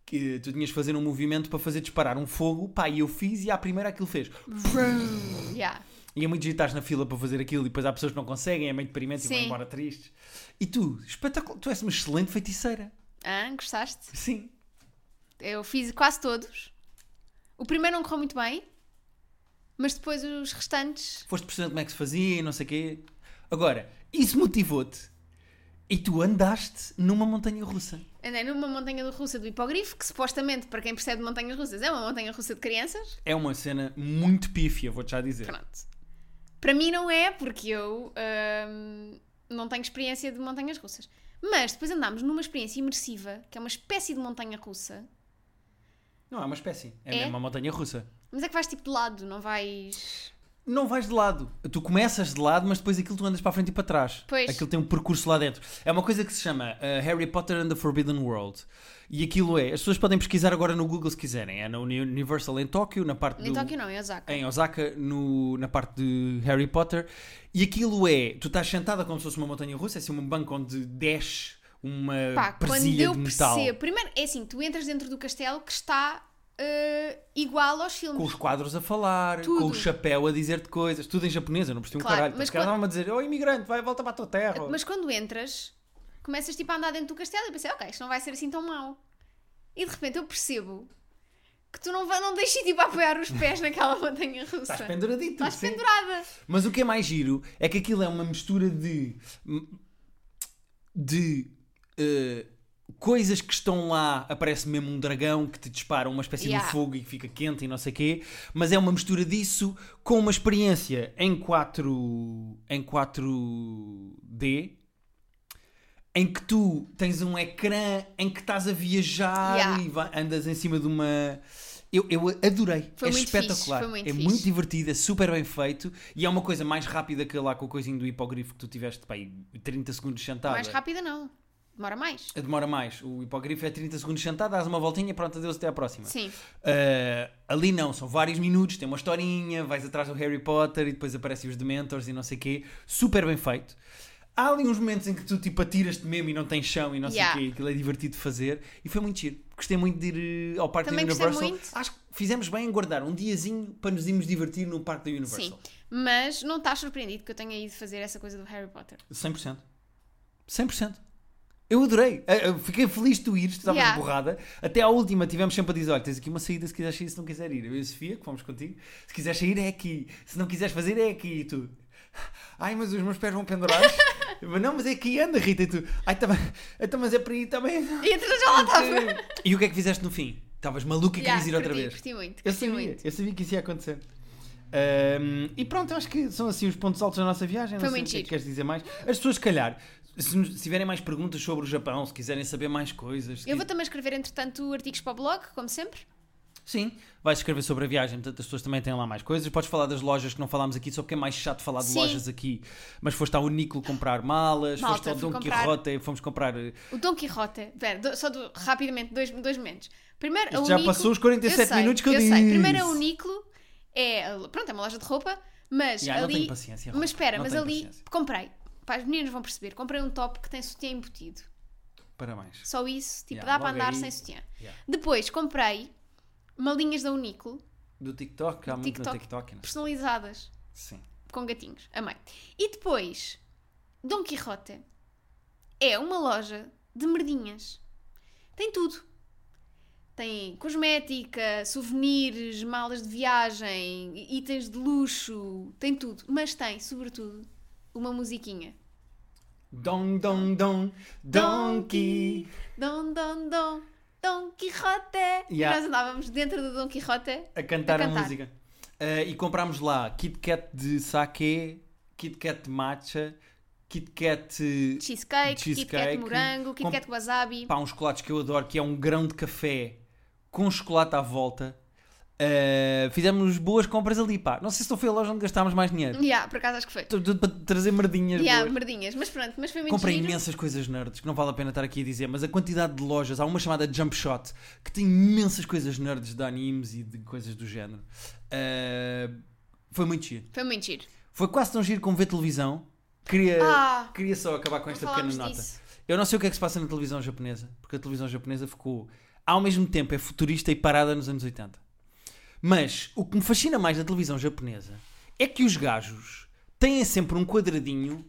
B: Que tu tinhas de fazer um movimento para fazer disparar um fogo, pá, e eu fiz, e à primeira aquilo fez.
A: Yeah.
B: E é muito giro, estás na fila para fazer aquilo e depois há pessoas que não conseguem, é meio deprimente e vão
A: Sim.
B: embora tristes. E tu, espetacular, tu és uma excelente feiticeira.
A: Hã? gostaste?
B: Sim.
A: Eu fiz quase todos. O primeiro não correu muito bem, mas depois os restantes.
B: Foste percebendo como é que se fazia e não sei o quê. Agora, isso motivou-te e tu andaste numa montanha russa.
A: Andei numa montanha russa do hipogrifo, que supostamente, para quem percebe de montanhas russas, é uma montanha russa de crianças.
B: É uma cena muito pífia, vou-te já dizer.
A: Pronto. Para mim não é, porque eu hum, não tenho experiência de montanhas russas. Mas depois andámos numa experiência imersiva, que é uma espécie de montanha russa.
B: Não, é uma espécie. É,
A: É?
B: mesmo uma montanha russa.
A: Mas é que vais tipo de lado, não vais.
B: Não vais de lado. Tu começas de lado, mas depois aquilo tu andas para a frente e para trás.
A: Pois.
B: Aquilo tem um percurso lá dentro. É uma coisa que se chama uh, Harry Potter and the Forbidden World. E aquilo é. As pessoas podem pesquisar agora no Google se quiserem. É na Uni- Universal em Tóquio, na parte
A: Em
B: do.
A: Tóquio não, em Osaka.
B: Em Osaka, no- na parte de Harry Potter. E aquilo é. Tu estás sentada como se fosse uma montanha russa, é assim um banco onde desce uma
A: Pá, quando
B: presilha
A: eu
B: de metal.
A: percebo. Primeiro, é assim, tu entras dentro do castelo que está eh, igual aos filmes.
B: Com os quadros a falar,
A: Tudo.
B: com o chapéu a dizer-te coisas, tudo em japonês, eu não percebi
A: Claro,
B: um caralho.
A: mas
B: Mas quando...
A: quando-
B: me a dizer, oh imigrante, vai, volta para a tua terra.
A: Mas quando entras, começas tipo a andar dentro do castelo e pensei, ok, isto não vai ser assim tão mau. E de repente eu percebo que tu não, vai, não deixes tipo apoiar os pés naquela montanha russa.
B: Estás penduradito.
A: Estás
B: sim.
A: pendurada.
B: Mas o que é mais giro é que aquilo é uma mistura de. de. eh, coisas que estão lá. Aparece mesmo um dragão que te dispara uma espécie
A: Yeah.
B: de um fogo e que fica quente e não sei quê. Mas é uma mistura disso com uma experiência em 4. em 4D. Em que tu tens um ecrã em que estás a viajar
A: Yeah.
B: e va- andas em cima de uma. Eu, eu adorei.
A: Foi
B: é
A: muito fixe,
B: espetacular.
A: foi muito
B: é
A: fixe.
B: muito divertido, é super bem feito e é uma coisa mais rápida que lá com o coisinho do hipogrifo que tu tiveste pá, aí 30 segundos sentada.
A: Mais rápida não. Demora mais.
B: Tá Demora mais. O hipogrifo é 30 segundos sentado, dás uma voltinha, pronto, adeus, até à próxima.
A: Sim.
B: Ah, ali não, são vários minutos, tem uma historinha, vais atrás do Harry Potter e depois aparecem os Dementors e não sei o quê. Super bem feito. Há ali uns momentos em que tu tipo atiras-te mesmo e não tens chão e não
A: Yeah.
B: sei o quê, aquilo é divertido de fazer e foi muito giro. Gostei muito de ir eh, ao Parque
A: Também
B: da
A: gostei
B: Universal.
A: muito.
B: Acho que fizemos bem em guardar um diazinho para nos irmos divertir no Parque da
A: Sim.
B: Universal.
A: Mas não estás surpreendido que eu tenha ido fazer essa coisa do Harry Potter.
B: 100%. 100%. Eu adorei. Eh, eh, Fiquei feliz de tu ires, tu estavas
A: Yeah.
B: borrada. Até à última tivemos sempre a dizer: olha, tens aqui uma saída se quiseres sair, se não quiser ir. Eu e a Sofia, que fomos contigo, se quiseres sair é aqui, se não quiseres fazer é aqui. E tu, ai, mas os meus pés vão pendurados. Mas não, mas é aqui, anda, Rita. E tu, ai, tá bem. então, mas é para ir também.
A: E então já lá estava.
B: E o que é que fizeste no fim? Estavas maluca e
A: Yeah,
B: querias ir outra
A: curti,
B: vez.
A: Curti muito.
B: Eu
A: curti
B: sabia,
A: muito.
B: eu sabia que isso ia acontecer. Ahm, e pronto, eu acho que são assim os pontos altos da nossa viagem.
A: Foi
B: não sei
A: muito
B: o que é que
A: giro.
B: queres dizer mais. As pessoas, se calhar, se nos- se tiverem mais perguntas sobre o Japão, se quiserem saber mais coisas. se
A: Eu vou também escrever, entretanto, artigos para o blog, como sempre.
B: Sim, vais escrever sobre a viagem, portanto as pessoas também têm lá mais coisas. Podes falar das lojas que não falámos aqui, só porque é mais chato falar de
A: Sim.
B: lojas aqui. Mas foste ao Uniqlo comprar malas,
A: Malta,
B: foste ao
A: fui
B: Dom
A: comprar-
B: Quixote, fomos comprar. eh,
A: O Dom Quixote. Pera, do- só do- rapidamente, dois, dois momentos. Primeiro, a
B: Isto já
A: Uniqlo-
B: passou os 47
A: eu sei,
B: minutos que eu
A: Sei.
B: disse.
A: Primeiro, a Uniqlo é. Pronto, é uma loja de roupa, mas
B: Yeah, não
A: ali.
B: tenho paciência, Rafa,
A: mas espera,
B: não
A: mas
B: tenho
A: ali
B: paciência.
A: comprei. Pá, os meninos vão perceber. Comprei um top que tem sutiã embutido.
B: Parabéns.
A: Só isso, tipo,
B: Yeah,
A: dá para
B: logo
A: andar
B: aí.
A: sem sutiã.
B: Yeah.
A: Depois comprei malinhas da Uniqlo
B: Do TikTok, há
A: Do
B: muito no
A: TikTok.
B: TikTok. não é?
A: personalizadas
B: Sim.
A: com gatinhos. Amei. E depois, Dom Quixote é uma loja de merdinhas. Tem tudo. Tem cosmética, souvenirs, malas de viagem, itens de luxo, tem tudo. Mas tem, sobretudo, uma musiquinha.
B: Dong, dong, dong, donkey.
A: Dom, dom, dom, Dom Quixote. E
B: Yeah.
A: nós andávamos dentro do Dom Quixote.
B: A cantar a,
A: A cantar.
B: música. Ah, e comprámos lá Kit Kat de saquê, Kit Kat de matcha, Kit Kat... eh,
A: Cheesecake, Kit Kat
B: Cheesecake.
A: de morango, Kit
B: Com-
A: Kat de wasabi.
B: pá, uns chocolates que eu adoro, que é um grão de café com chocolate à volta. Uh, fizemos boas compras ali, pá. Não sei se não foi a loja onde gastámos mais dinheiro.
A: Yeah, por acaso acho que foi.
B: Tudo tudo para trazer merdinhas
A: Yeah,
B: boas.
A: merdinhas. Mas pronto, mas foi muito
B: Comprei
A: giro.
B: imensas coisas nerds, que não vale a pena estar aqui a dizer, mas a quantidade de lojas, há uma chamada Jump Shot, que tem imensas coisas nerds de animes e de coisas do género. Uh, foi muito giro.
A: Foi muito giro.
B: Foi quase tão giro como ver televisão. Queria,
A: Ah,
B: queria só acabar com
A: não
B: esta pequena
A: falámos
B: nota.
A: disso.
B: Eu não sei o que é que se passa na televisão japonesa, porque a televisão japonesa ficou, ao mesmo tempo, é futurista e parada nos anos 80. Mas o que me fascina mais na televisão japonesa é que os gajos têm sempre um quadradinho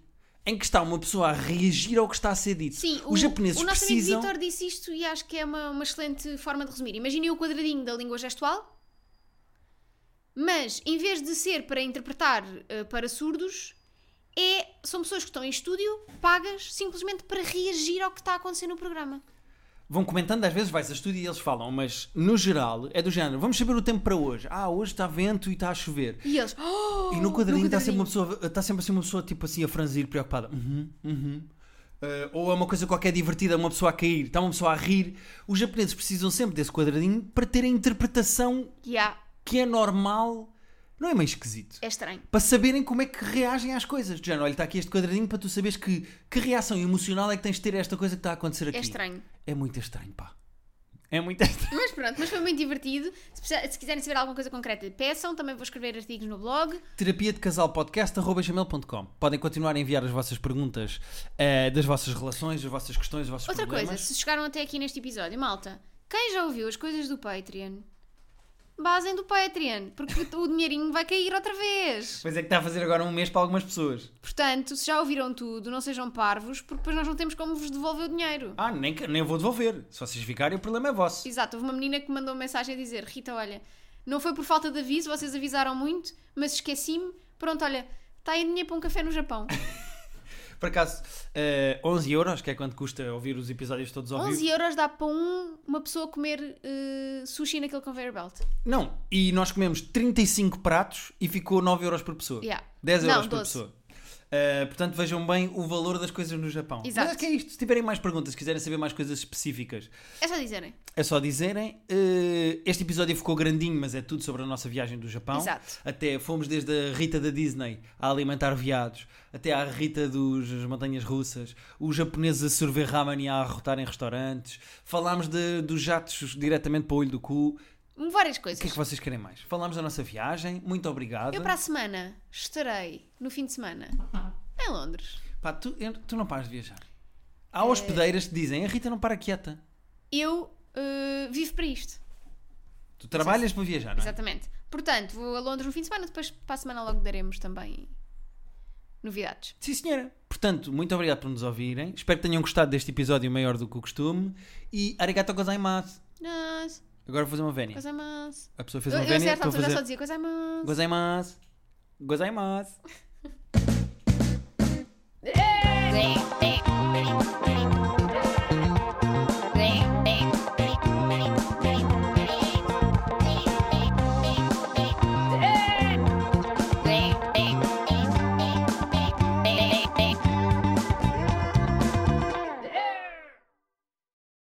B: em que está uma pessoa a reagir ao que está a ser dito.
A: Sim, o,
B: Os japoneses
A: o nosso
B: precisam.
A: amigo Vitor disse isto e acho que é uma, uma excelente forma de resumir. Imaginem o quadradinho da língua gestual, mas em vez de ser para interpretar eh, para surdos, é, são pessoas que estão em estúdio, pagas simplesmente para reagir ao que está a acontecer no programa.
B: Vão comentando, às vezes vais a estúdio e eles falam, mas no geral é do género: vamos saber o tempo para hoje. Ah, hoje está vento e está a chover.
A: E eles. "Oh!"
B: E no quadradinho está
A: quadradinho.
B: sempre, uma pessoa, está sempre assim uma pessoa tipo assim a franzir, preocupada. Uhum, uhum. Eh, ou é uma coisa qualquer divertida, uma pessoa a cair, está uma pessoa a rir. Os japoneses precisam sempre desse quadradinho para ter a interpretação
A: Yeah,
B: que é normal, não é meio esquisito?
A: é estranho.
B: Para saberem como é que reagem às coisas. Já, olha, está aqui este quadradinho para tu saberes que, que reação emocional é que tens de ter a esta coisa que está a acontecer aqui.
A: É estranho.
B: É muito estranho, pá. É muito estranho.
A: Mas pronto, mas foi muito divertido. Se, precisar- se quiserem saber alguma coisa concreta, peçam. Também vou escrever artigos no blog.
B: Terapia de Casal Podcast, arroba gmail.com. Podem continuar a enviar as vossas perguntas eh, das vossas relações, das vossas questões, dos vossos
A: Outra coisa,
B: problemas.
A: se chegaram até aqui neste episódio, malta, quem já ouviu as coisas do Patreon, basem do Patreon, porque o dinheirinho vai cair outra vez.
B: Pois é que está a fazer agora um mês para algumas pessoas.
A: Portanto, se já ouviram tudo, não sejam parvos, porque depois nós não temos como vos devolver o dinheiro.
B: Ah, nem, que- nem vou devolver. Se vocês ficarem, o problema é vosso.
A: Exato, houve uma menina que me mandou uma mensagem a dizer: Rita, olha, não foi por falta de aviso, vocês avisaram muito, mas esqueci-me. Pronto, olha, está aí dinheiro para um café no Japão.
B: Por acaso, eh, 11 euros, que é quanto custa ouvir os episódios todos ao
A: 11
B: vivo.
A: euros dá para um, uma pessoa comer eh, sushi naquele conveyor belt.
B: Não, e nós comemos 35 pratos e ficou 9 euros por pessoa.
A: Yeah.
B: 10
A: Não,
B: euros por
A: 12.
B: pessoa. Eh, portanto, vejam bem o valor das coisas no Japão.
A: Exato.
B: Mas é que é isto. Se tiverem mais perguntas, se quiserem saber mais coisas específicas,
A: É só dizerem.
B: É só dizerem. eh, este episódio ficou grandinho, mas é tudo sobre a nossa viagem do Japão.
A: Exato.
B: Até fomos desde a Rita da Disney a alimentar viados, até à Rita dos- das Montanhas Russas, os japoneses a sorver ramen e a arrotar em restaurantes. Falámos de- dos jatos diretamente para o olho do cu.
A: Várias
B: O
A: coisas.
B: que é que vocês querem mais? Falámos da nossa viagem. Muito obrigado.
A: Eu para a semana estarei, no fim de semana, em Londres.
B: Pá, tu, eu- tu não paras de viajar. Há hospedeiras que dizem: a Rita não para quieta.
A: Eu eh, vivo para isto.
B: Tu trabalhas para viajar, não é?
A: Exatamente. Portanto, vou a Londres no fim de semana, depois para a semana logo daremos também novidades.
B: Sim, senhora. Portanto, muito obrigado por nos ouvirem. Espero que tenham gostado deste episódio maior do que o costume. E arigato gozaimasu.
A: Nós,
B: Agora vou fazer uma vénia.
A: coisa mais.
B: A pessoa
A: Eu,
B: fez uma
A: eu a
B: vénia,
A: certa
B: estou a
A: altura só
B: fazer
A: dizia assim. coisa é mais.
B: gozaimasu. Gozaimasu.
C: Bleh, bleh, bleh.